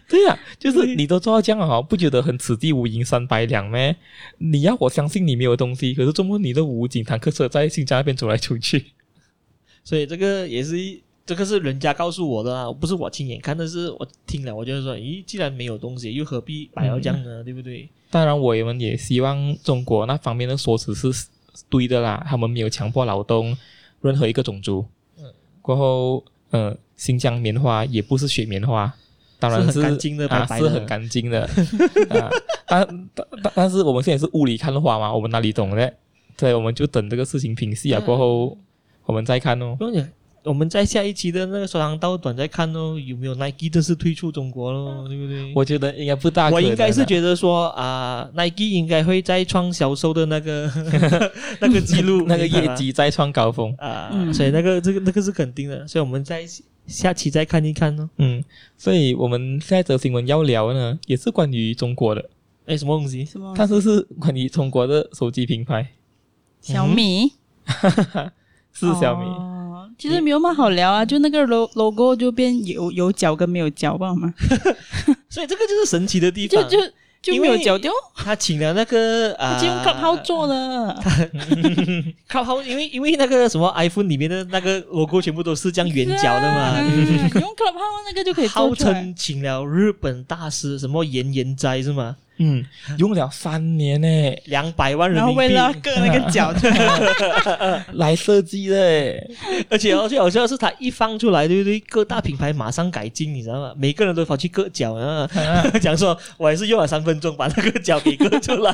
Speaker 1: 对呀、就是你都做到这样了哈，不觉得很此地无银三百两咩？你要我相信你没有东西，可是中国你的武警坦克车在新疆那边走来走去，
Speaker 2: 所以这个也是一，这个是人家告诉我的啊，不是我亲眼看，但是我听了，我就是说，咦，既然没有东西，又何必摆到这样
Speaker 1: 嗯
Speaker 2: 呢？对不对？
Speaker 1: 当然，我们也希望中国那方面的说辞是对的啦，他们没有强迫劳动任何一个种族。过后，呃，新疆棉花也不是雪棉花，当然
Speaker 2: 是
Speaker 1: 是
Speaker 2: 很干净的
Speaker 1: 啊
Speaker 2: 白白
Speaker 1: 是
Speaker 2: 的
Speaker 1: 很干净的。啊，但但但但是我们现在是雾里看花嘛，我们哪里懂呢？对，我们就等这个事情平息啊，
Speaker 2: 嗯
Speaker 1: 过后我们再看哦。
Speaker 2: 不用讲，我们在下一期的那个说长道短再看哦，有没有 Nike 正式退出中国
Speaker 3: 嗯
Speaker 2: 咯，对不对？
Speaker 1: 我觉得应该不大可
Speaker 2: 我
Speaker 1: 能啊，
Speaker 2: 应该是觉得说啊、n i k e 应该会再创销售的那 个那个记录，
Speaker 1: 那个
Speaker 2: 你懂
Speaker 1: 业
Speaker 2: 吗
Speaker 1: 绩再创高峰。
Speaker 2: 啊、
Speaker 3: 嗯
Speaker 2: 所以那个这个那个是肯定的，所以我们在下期再看一看哦。
Speaker 1: 嗯，所以我们下一则新闻要聊呢，也是关于中国的。
Speaker 2: 哎，什么东西？
Speaker 3: 什么
Speaker 1: 哦但是是关于中国的手机品牌，
Speaker 3: 小米
Speaker 1: 嗯是小米。
Speaker 3: 哦其实没有嘛好聊啊，就那个 lo logo 就变有有脚跟没有脚，不好吗？
Speaker 2: 所以这个就是神奇的地
Speaker 3: 就
Speaker 2: 方，
Speaker 3: 就就没有脚丢，
Speaker 2: 他请了那个啊，
Speaker 3: 就用 c u 做 的。
Speaker 2: 靠号，因为因为那个什么 iPhone 里面的那个 logo 全部都是这样圆角的嘛，
Speaker 3: 对啊嗯用 Clubhouse 那个就可以
Speaker 2: 号
Speaker 3: 做出来。
Speaker 2: 称请了日本大师什么岩岩斋是吗？
Speaker 1: 嗯，用了三年呢，
Speaker 2: 两百万人
Speaker 3: 然后
Speaker 2: 民
Speaker 3: 为
Speaker 2: 币，
Speaker 3: 了割那个脚，就
Speaker 1: 来设计的诶。
Speaker 2: 而且哦最好笑的是他一放出来，对不对？各大品牌马上改进，你知道吗？每个人都跑去割脚啊， 讲说我还是用了三分钟把那个脚给割出 来。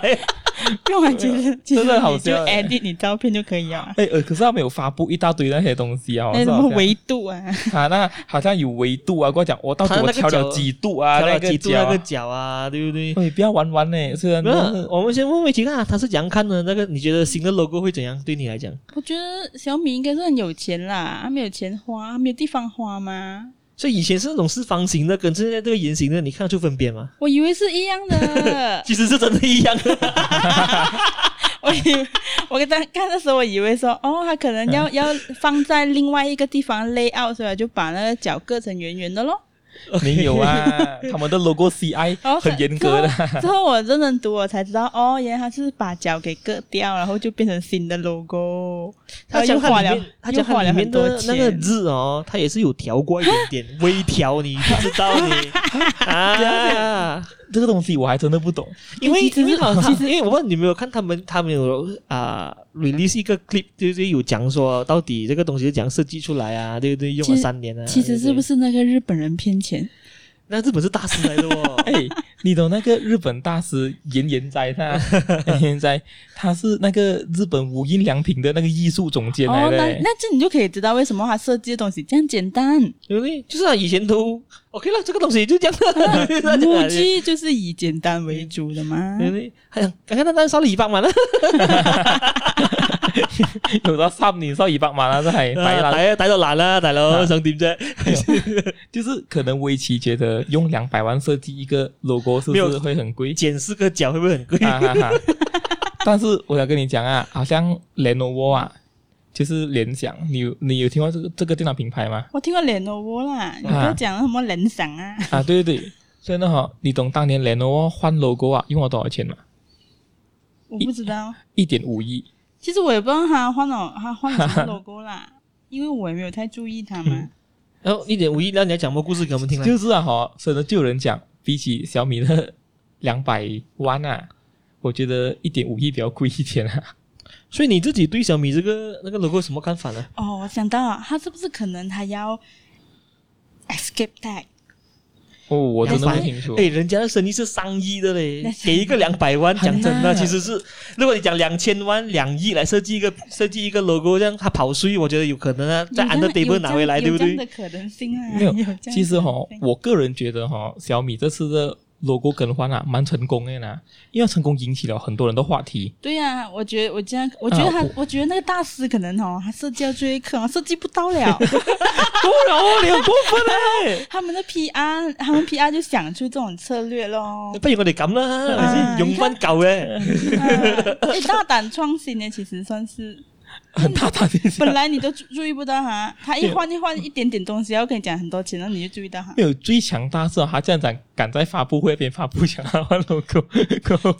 Speaker 3: 不 用啊，其实其实
Speaker 1: 真的好
Speaker 3: 你就
Speaker 1: 笑欸
Speaker 3: edit 你照片就可以啊。
Speaker 1: 哎呃，可是他没有发布一大堆那些东西啊，
Speaker 2: 哎
Speaker 3: 那
Speaker 1: 是
Speaker 3: 什
Speaker 1: 好
Speaker 3: 么
Speaker 1: 像
Speaker 3: 维度啊？
Speaker 1: 啊，那好像有维度啊，跟我讲，我到底
Speaker 2: 他
Speaker 1: 我
Speaker 2: 那个
Speaker 1: 调了
Speaker 2: 角
Speaker 1: 几度啊，
Speaker 2: 调
Speaker 1: 那
Speaker 2: 了
Speaker 1: 个
Speaker 2: 几度
Speaker 1: 角
Speaker 2: 那个
Speaker 1: 啊，
Speaker 2: 脚啊，对不对？
Speaker 1: 喂，不要玩完呢，虽然
Speaker 2: 没
Speaker 1: 真
Speaker 2: 有，
Speaker 1: 是哦
Speaker 2: 我们先问问奇看啊，他是怎样看的？那个你觉得新的 logo 会怎样？对你来讲？
Speaker 3: 我觉得小米应该是很有钱啦，他没有钱花，他没有地方花吗？
Speaker 2: 所以以前是那种四方形的，跟现在这个圆形的，你看得出分别吗？，
Speaker 3: 我以为是一样的
Speaker 2: 其实是真的一样的。
Speaker 3: 我以为我跟他看的时候，我以为说哦，他可能要要放在另外一个地方 layout，所以就把那个脚割成圆圆的咯。
Speaker 1: 没有啊，他们的 logo CI
Speaker 2: 哦
Speaker 3: 然后
Speaker 1: 很严格的，
Speaker 3: 之后我认真读，我才知道哦，原来他是把脚给割掉，然后就变成新的 logo。
Speaker 2: 他
Speaker 3: 又
Speaker 2: 讲
Speaker 3: 花
Speaker 2: 它里
Speaker 3: 了
Speaker 2: 面，，他
Speaker 3: 又
Speaker 2: 讲
Speaker 3: 花
Speaker 2: 它
Speaker 3: 了
Speaker 2: 里面
Speaker 3: 很多
Speaker 2: 的
Speaker 3: 钱。
Speaker 2: 那个字哦，它也是有调过一点 点，微调你不知道你啊，
Speaker 1: 这个东西我还真的不懂。
Speaker 2: 因为
Speaker 3: 其实
Speaker 2: 因为好像因为我不知道你有没有看他们，他们有啊、release 一个 clip，就是有讲说到底这个东西是怎样设计出来啊，对不对？用
Speaker 3: 其
Speaker 2: 了
Speaker 3: 实
Speaker 2: 三年啊，
Speaker 3: 其实是不
Speaker 2: 是？
Speaker 3: 是那个日本人骗钱？
Speaker 2: 那日本是大师来的 哦，
Speaker 1: 哎，你懂那个日本大师岩岩哉 他，岩岩哉他是那个日本无印良品的那个艺术总监来
Speaker 3: 哦，
Speaker 1: 的
Speaker 3: 那
Speaker 1: 欸。
Speaker 3: 那这你就可以知道为什么他设计的东西这样简单。
Speaker 2: 对不对？就是啊，以前都 OK 了，这个东西就这样 了，就是这样
Speaker 3: 木
Speaker 2: 了
Speaker 3: 具就是以简单为主的嘛。
Speaker 2: 对不对？哎呀，刚刚那单烧了一百万了，
Speaker 1: 有到三年少一百嘛，那是还哎白啦。
Speaker 2: 大家大家哎懒啦，大佬
Speaker 1: 啊
Speaker 2: 想點啫？
Speaker 1: 就是可能围棋觉得用两百万设计一个 logo 是不
Speaker 2: 没有
Speaker 1: 是会很贵？
Speaker 2: 剪四个角会不会很贵？
Speaker 1: 哈哈哈。但是我想跟你讲啊，好像 Lenovo 啊，就是联想，你有你有听过这个这个电脑品牌吗？
Speaker 3: 我听过 Lenovo
Speaker 2: 啊
Speaker 3: 啦，你不要讲什么联想 啊，
Speaker 1: 啊，对对对，所以呢哈，你懂当年 Lenovo 换 logo 啊，用了多少钱吗？
Speaker 3: 我不知道。
Speaker 1: 一点五亿。
Speaker 3: 其实我也不知道他换了他换了什么 logo 啦，因为我也没有太注意他嘛。
Speaker 2: 嗯然后一点五亿，那你要讲什么故事给我们听呢？
Speaker 1: 就是啊哈，所以呢，就有人讲，比起小米的 两百万啊，我觉得一点五亿比较贵一点啊。
Speaker 2: 所以你自己对小米这个那个 logo 有什么看法呢？
Speaker 3: 哦，我想到了，他是不是可能还要 escape tag？
Speaker 1: 哦，我真的
Speaker 2: 200
Speaker 1: 不清楚
Speaker 2: 哎，。人家的生意是上亿的嘞啊
Speaker 3: 那，是
Speaker 2: 给一个两百万，
Speaker 1: 很
Speaker 2: 讲
Speaker 1: 辣
Speaker 2: 真的，其实是如果你讲两千万、两亿来设计一个 设计一个 logo，这样它跑税，我觉得有可能啊，在
Speaker 3: 有
Speaker 2: under
Speaker 3: 这样
Speaker 2: table 拿回来，对
Speaker 3: 有
Speaker 2: 不
Speaker 3: 这样有这样
Speaker 2: 对
Speaker 3: 的？可能性啊，
Speaker 1: 没有
Speaker 3: 有这样
Speaker 1: 其实哈、
Speaker 3: 的可能性
Speaker 1: 我个人觉得哈、小米这次的 logo 更换啊，蛮成功的啦，因为成功引起了很多人的话题。
Speaker 3: 对呀、我觉得我这样，我觉得
Speaker 2: 啊
Speaker 3: 他，
Speaker 1: 我
Speaker 3: 我觉得那个大师可能哦，他设计到最后一刻哦，设计不到 了，
Speaker 2: 然哦后你很过分嘞！
Speaker 3: 他们的 PR，他们 PR 就想出这种策略 咯。
Speaker 2: 不如我哋咁 啦，
Speaker 3: 啊
Speaker 2: 用翻旧嘅。
Speaker 3: 嗯欸大胆创新呢，其实算是
Speaker 1: 很大胆的
Speaker 3: 本来你都注注意不到他，他一换一换一点点东西，然后跟你讲很多钱，然后你就注意 到他。
Speaker 1: 没有最强大是、哦、他这样讲，敢在发布会那边发布想要换 logo，
Speaker 3: 这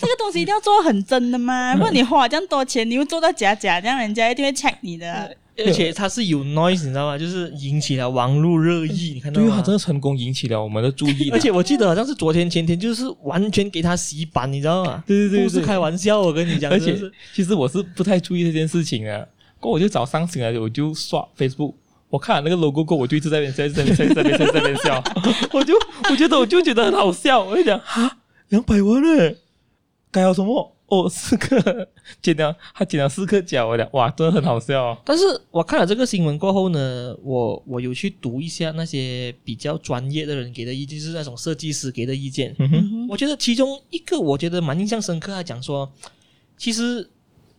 Speaker 3: 个东西一定要做很真的
Speaker 2: 嗯
Speaker 3: 嘛，不然你花这样多钱，你又做到假假，这样人家一定会 check 你的。
Speaker 2: 而且它是有 noise，你知道吗？就是引起了网络热议，你看到
Speaker 1: 对啊，
Speaker 2: 吗
Speaker 1: 真？的成功引起了我们的注意啦。
Speaker 2: 而且我记得好像是昨天前天，就是完全给它洗版，你知道吗？
Speaker 1: 对对对
Speaker 2: 不是
Speaker 1: 对
Speaker 2: 开玩笑，我跟你讲，
Speaker 1: 而且
Speaker 2: 真的是
Speaker 1: 其实我是不太注意这件事情的，过后我就早上醒来我就刷 Facebook。我看了那个 logo 过后，我就一直在那边在在在在在在那边 笑，我就我觉得我就觉得很好笑，我就讲啊，两百万嘞，该要什么？哦，四个 剪了，他剪了四个角，我讲哇，真的很好笑、哦。
Speaker 2: 但是我看了这个新闻过后呢，我我有去读一下那些比较专业的人给的意见，就是那种设计师给的意见。
Speaker 1: 嗯
Speaker 3: 嗯
Speaker 1: 哼，
Speaker 3: 哼，
Speaker 2: 我觉得其中一个我觉得蛮印象深刻，他讲说，其实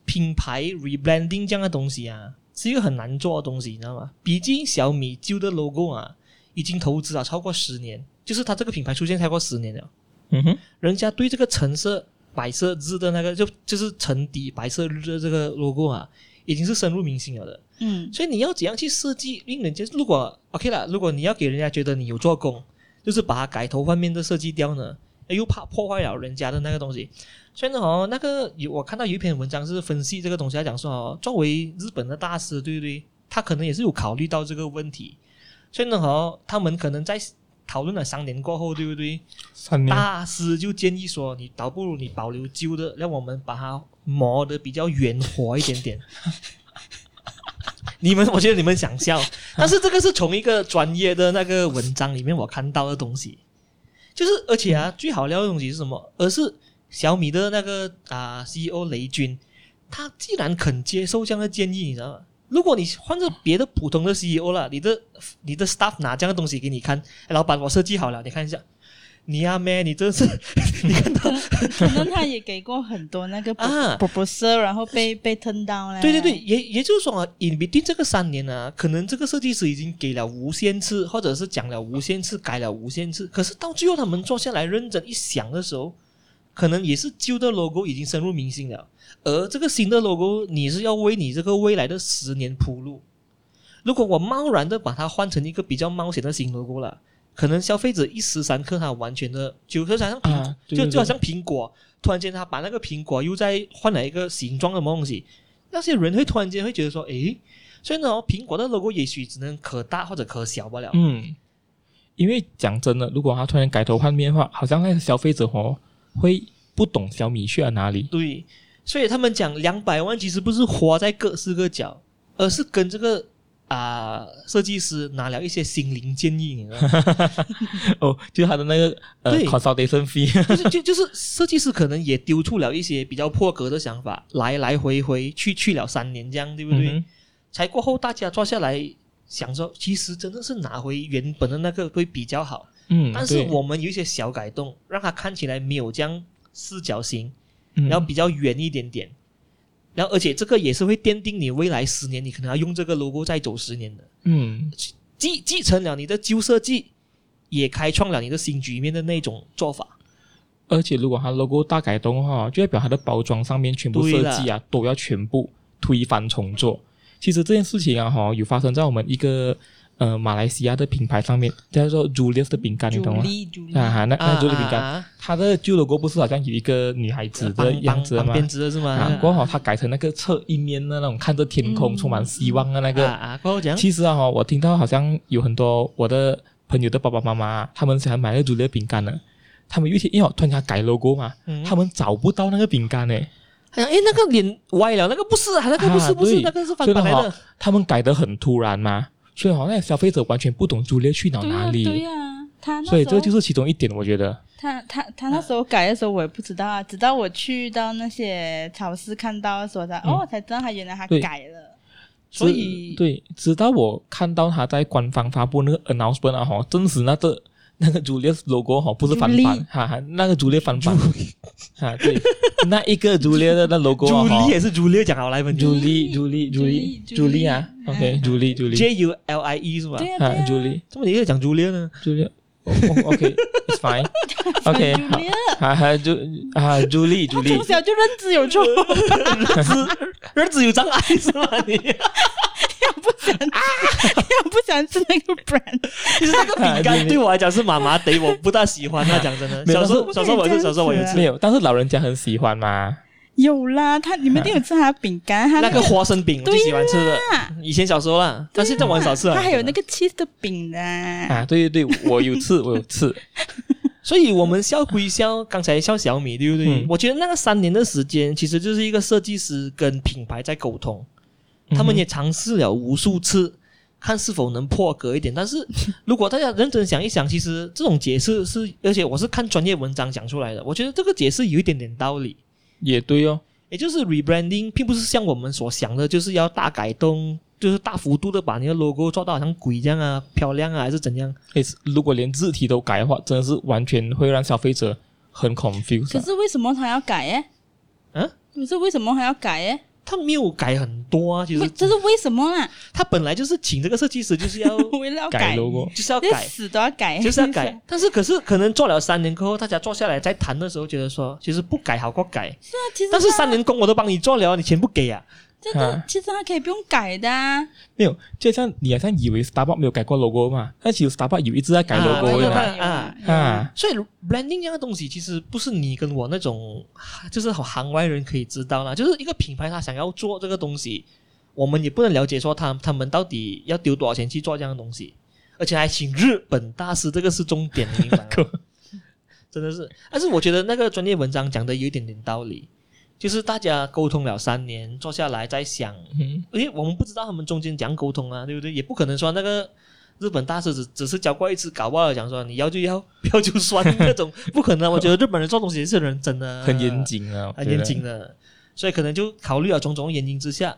Speaker 2: 品牌 rebranding 这样的东西啊，是一个很难做的东西，你知道吗？毕竟小米旧的 logo 啊，已经投资了超过十年，就是它这个品牌出现超过十年了，
Speaker 1: 嗯哼，
Speaker 2: 人家对这个橙色白色日的那个就就是橙底白色日的这个 logo 啊，已经是深入民心了的。
Speaker 3: 嗯，
Speaker 2: 所以你要怎样去设计，令人家如果 OK 啦，如果你要给人家觉得你有做工，就是把它改头换面的设计掉呢，哎又怕破坏了人家的那个东西。所以呢，哦，那个有我看到有一篇文章是分析这个东西，他讲说哦，作为日本的大师，对不对？他可能也是有考虑到这个问题，所以呢，哦，他们可能在讨论了三年过后，对不对？
Speaker 1: 三年，
Speaker 2: 大师就建议说，你倒不如你保留旧的，让我们把它磨得比较圆滑一点点。 你们，我觉得你们想笑，但是这个是从一个专业的那个文章里面我看到的东西，就是而且啊，最好料的东西是什么？而是小米的那个啊、CEO 雷军，他既然肯接受这样的建议，你知道吗？如果你换着别的普通的 CEO 了，你的你的 staff 拿这样的东西给你看，哎，老板，我设计好了，你看一下。你呀、妹，你真是
Speaker 3: 可能他也给过很多那个
Speaker 2: 啊
Speaker 3: proposal，然后被被 turn down 嘞。
Speaker 2: 对对对，，也也就是说啊，in between 这个三年呢、可能这个设计师已经给了无限次，或者是讲了无限次，改了无限次，可是到最后他们坐下来认真一想的时候，可能也是旧的 logo 已经深入民心了，而这个新的 logo 你是要为你这个未来的十年铺路。如果我贸然的把它换成一个比较冒险的新 logo 了，可能消费者一时三刻他完全的，就就好像苹、
Speaker 1: 啊，对
Speaker 2: 就
Speaker 1: 对
Speaker 2: 就好
Speaker 1: 对
Speaker 2: 像苹果，突然间他把那个苹果又再换了一个形状的什么东西，那些人会突然间会觉得说，诶，所以呢，苹果的 logo 也许只能可大或者可小不了。
Speaker 1: 嗯，因为讲真的，如果他突然改头换面的话，好像那个消费者哦会不懂小米去了哪里。
Speaker 2: 对，所以他们讲两百万其实不是花在各式各角，而是跟这个啊、设计师拿了一些心灵建议，你知 道吗
Speaker 1: 哦，就是他的那个呃
Speaker 2: 对
Speaker 1: consultation fee，
Speaker 2: 就是就就是设计师可能也丢出了一些比较破格的想法，来来回回去去了三年这样，对不对？
Speaker 1: 嗯哼
Speaker 2: 才过后大家坐下来想说，其实真的是拿回原本的那个会比较好，
Speaker 1: 嗯，
Speaker 2: 但是
Speaker 1: 对
Speaker 2: 我们有一些小改动，让它看起来没有这样四角形，
Speaker 1: 嗯
Speaker 2: 然后比较圆一点点，然后而且这个也是会奠定你未来十年，你可能要用这个 logo 再走十年的，
Speaker 1: 嗯
Speaker 2: 继继承了你的旧设计，也开创了你的新局面的那
Speaker 1: 啊
Speaker 2: 种做法。
Speaker 1: 而且如果它 logo 大改动的话，就代表它的包装上面全部设计
Speaker 2: 对
Speaker 1: 啊都要全部推翻重做。其实这件事情啊，哈，有发生在我们一个呃马来西亚的品牌上面，叫做 Julius 的饼干，你懂吗？啊哈，那那 Julius 饼干，
Speaker 2: 啊，
Speaker 1: 它的旧 logo 不是好像有一个女孩子的
Speaker 2: 绑
Speaker 1: 样
Speaker 2: 绑
Speaker 1: 子的
Speaker 2: 绑
Speaker 1: 吗？
Speaker 2: 编织的是吗？
Speaker 1: 啊，过后它改成那个侧一面的那种看着天空、
Speaker 3: 嗯
Speaker 1: 充满希望的那个
Speaker 2: 啊啊，过后讲
Speaker 1: 其实啊、哈，我听到好像有很多我的朋友的爸爸妈妈，他们想买那个朱列饼干呢，他们有一天因为我突然间改 logo 嘛，
Speaker 2: 嗯
Speaker 1: 他们找不到那个饼干呢，
Speaker 2: 哎，诶那个脸歪了，那个不是啊，那个不
Speaker 1: 啊
Speaker 2: 是，不是，
Speaker 1: 对
Speaker 2: 那个是翻版来
Speaker 1: 所以
Speaker 2: 的
Speaker 1: 呢。他们改得很突然嘛，所以好像消费者完全不懂朱列去到
Speaker 3: 对
Speaker 1: 啊哪
Speaker 3: 呀
Speaker 1: 里，
Speaker 2: 啊
Speaker 3: 对呀，他那
Speaker 1: 所以这就是是其中一点，我觉得，
Speaker 3: 他他他那时候改的时候我也不知道啊，直到我去到那些超市看到的时候才哦才知道他原来他
Speaker 1: 嗯对
Speaker 3: 改了，
Speaker 2: 所
Speaker 1: 直
Speaker 2: 以
Speaker 1: 对，直到我看到他在官方发布那个 announcement 啊，哈，证实那个 那个朱列 logo 哈不是翻版
Speaker 3: Julie
Speaker 1: 哈哈，那个朱列翻版 啊，对，那一个朱列的那 logo 啊
Speaker 2: 朱
Speaker 1: 哈
Speaker 2: 莉也是朱莉讲好来文
Speaker 1: Julie Julie Julie
Speaker 3: Julie，
Speaker 1: Julie 啊
Speaker 3: 嗯
Speaker 1: ，OK Julie Julie
Speaker 2: J U L I E 是吧？
Speaker 3: 对呀
Speaker 1: 啊
Speaker 3: 对呀
Speaker 1: Julie
Speaker 2: 怎么你也讲朱莉呢？
Speaker 1: Julie OK It's fine OK
Speaker 3: 朱丽
Speaker 1: 啊啊朱啊 Julie
Speaker 3: 他从
Speaker 1: Julie
Speaker 3: 小就认知有 错，
Speaker 2: 儿子， 儿子有障碍是吗？你
Speaker 3: 又不想吃，又不想吃那个 brand，
Speaker 2: 其实那个饼
Speaker 1: 啊对
Speaker 2: 干对我来讲是麻麻的，我不大喜欢。那讲真的，
Speaker 1: 没有
Speaker 2: 小时
Speaker 1: 不
Speaker 2: 候
Speaker 1: 可以
Speaker 2: 小时候我也是
Speaker 1: 没
Speaker 3: 这样子啊
Speaker 2: 小时候我也是
Speaker 1: 有，但是老人家很喜欢嘛。
Speaker 3: 有啦，他你们一定有吃他的饼干，他
Speaker 2: 那个花生饼，我最喜欢吃的。
Speaker 3: 啊
Speaker 2: 以前小时候啦，但现在我很少吃啊了。
Speaker 3: 他还有那
Speaker 2: 个，
Speaker 3: 个 cheese 的饼呢，
Speaker 1: 啊，对对对，我有吃，我有吃。
Speaker 2: 所以我们笑归笑，刚才笑小米，对不对
Speaker 1: 嗯？
Speaker 2: 我觉得那个三年的时间，其实就是一个设计师跟品牌在沟通。 他
Speaker 1: 嗯
Speaker 2: 们也尝试了无数次，看是否能破格一点。但是 如果大家认真想一想，其实这种解释是，而且我是看专业文章讲出来的，我觉得这个解释有一点点道理。
Speaker 1: 也对哦，
Speaker 2: 也就是 rebranding 并不是像我们所想的，就是要大改动，就是大幅度的把你的 logo 做到好像鬼这样啊、漂亮啊，还是怎样？
Speaker 1: 诶如果连字体都改的话，真的是完全会让消费者很 confused
Speaker 3: 可
Speaker 1: 啊。
Speaker 3: 是为什么他要改耶？
Speaker 2: 嗯，
Speaker 3: 可是为什么还要改耶？
Speaker 2: 它没有改很多啊，其
Speaker 3: 为
Speaker 2: 实
Speaker 3: 这是为什么 啦？
Speaker 2: 它本来就是请这个设计师就是要
Speaker 3: 为了要
Speaker 1: 改
Speaker 3: 改，
Speaker 1: logo，
Speaker 2: 就是要
Speaker 3: 连
Speaker 2: 改，
Speaker 3: 死都要改，
Speaker 2: 就是要 改。但是可是可能做了三年过后，大家坐下来再谈的时候，觉得说其实不改好过改。
Speaker 3: 那啊其实
Speaker 2: 但是
Speaker 3: 他
Speaker 2: 三年工我都帮你做了，你钱不给啊？
Speaker 3: 这个
Speaker 1: 啊
Speaker 3: 其实他可以不用改的啊。
Speaker 1: 没有，就像你好像以为 Starbucks 没有改过 logo 嘛，但其实 Starbucks 有一直在改
Speaker 2: 啊
Speaker 1: logo
Speaker 2: 对
Speaker 1: 的嘛
Speaker 2: 对啊
Speaker 1: 啊，
Speaker 2: 所以 branding 这样的东西，其实不是你跟我那种就是好行外人可以知道啦。就是一个品牌，他想要做这个东西，我们也不能了解说他他们到底要丢多少钱去做这样的东西，而且还请日本大师，这个是重点，你明白吗？真的是，但是我觉得那个专业文章讲的有一点点道理，就是大家沟通了三年，坐下来再想
Speaker 1: 嗯，
Speaker 2: 因为我们不知道他们中间怎样沟通啊，对不对？也不可能说那个日本大师只只是教过一次，搞不好讲说你要就要，不要就算那种，不可能啊。我觉得日本人做东西是人真 的
Speaker 1: 很严，谨啊，
Speaker 2: 很严谨。的，所以可能就考虑了种种原因之下。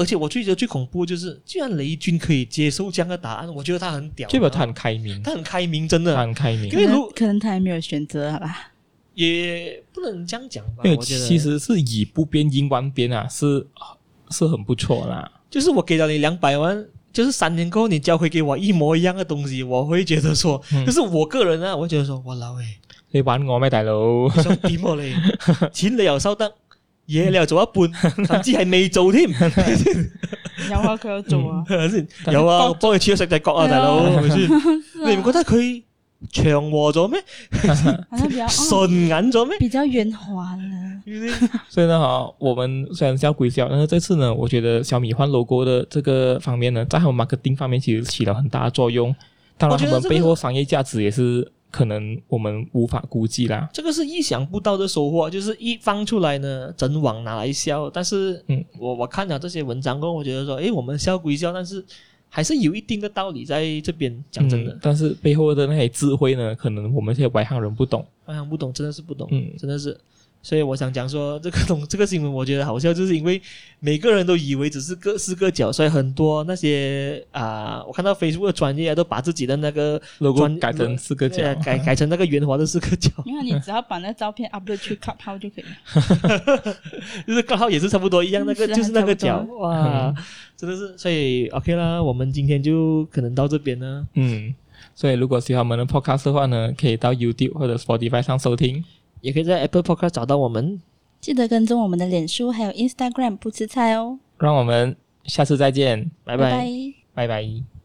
Speaker 2: 而且我最觉得最恐怖就是，居然雷军可以接受这样的答案，我觉得他很屌，啊
Speaker 1: 代表他很开明，
Speaker 2: 他很开明，真
Speaker 1: 他
Speaker 2: 的
Speaker 1: 很开明
Speaker 2: 因。为如
Speaker 3: 可能可能他也没有选择，好 吧？
Speaker 2: 也不能这样讲吧。
Speaker 1: 没有，
Speaker 2: 我觉得
Speaker 1: 其实是以不变应万变啊，是是很不错啦。
Speaker 2: 就是我给了你两百万，就是三年过后你交回给我一模一样的东西，我会觉得说，
Speaker 1: 嗯
Speaker 2: 就是我个人啊，我会觉得说，哇 老诶，
Speaker 1: 你玩我咩大佬？
Speaker 2: 你想點我你？錢你又收得，嘢你又做一 半，甚至係未做添，係
Speaker 3: 有啊，佢有做啊。
Speaker 2: 咪先？
Speaker 1: 但係
Speaker 2: 有啊，我幫你切咗食隻角啊，大佬，係咪先？你唔覺得佢祥和咗咩？
Speaker 3: 好像比 较、哦、
Speaker 2: 順眼咗咩？
Speaker 3: 比较圆滑了。
Speaker 1: 所以呢，哈，我们虽然笑归笑，但是这次呢，我觉得小米换 logo 的这个方面呢，在他们 marketing 方面其实起了很大的作用。当然，
Speaker 2: 我觉
Speaker 1: 他
Speaker 2: 得
Speaker 1: 们
Speaker 2: 这个
Speaker 1: 背后商业价值也是可能我们无法估计啦。
Speaker 2: 这个是意想不到的收获，就是一放出来呢，整网拿来笑。但是，
Speaker 1: 嗯
Speaker 2: 我我看了这些文章过后，我觉得说，诶，我们笑归笑，但是还是有一定的道理在这边。讲真的
Speaker 1: 嗯，但是背后的那些智慧呢，可能我们这些外行人不懂。
Speaker 2: 哎我想不懂，真的是不懂，
Speaker 1: 嗯
Speaker 2: 真的是。所以我想讲说，这个东这个新闻我觉得好笑，就是因为每个人都以为只是个是个角，所以很多那些啊、我看到 Facebook 的专业啊都把自己的那个
Speaker 1: logo
Speaker 2: 专
Speaker 1: 改成四个角
Speaker 2: 呃，改改成那个圆滑的四个角，
Speaker 3: 因为你只要把那照片 upload 去 c u p h o 就可以了。
Speaker 2: 就是刚好也是差不多一样，
Speaker 3: 嗯
Speaker 2: 那个
Speaker 3: 是啊
Speaker 2: 就是那个
Speaker 3: 差
Speaker 2: 角
Speaker 3: 不，
Speaker 2: 哇，真的是，所以 OK 啦，我们今天就可能到这边呢。
Speaker 1: 嗯，所以如果喜欢我们的 podcast 的话呢，可以到 YouTube 或者 Spotify 上收听。
Speaker 2: 也可以在 Apple Podcast 找到我们，
Speaker 3: 记得跟踪我们的脸书还有 Instagram 不吃菜哦，
Speaker 1: 让我们下次再见，
Speaker 2: 拜
Speaker 3: 拜
Speaker 1: 拜
Speaker 3: 拜
Speaker 1: 拜。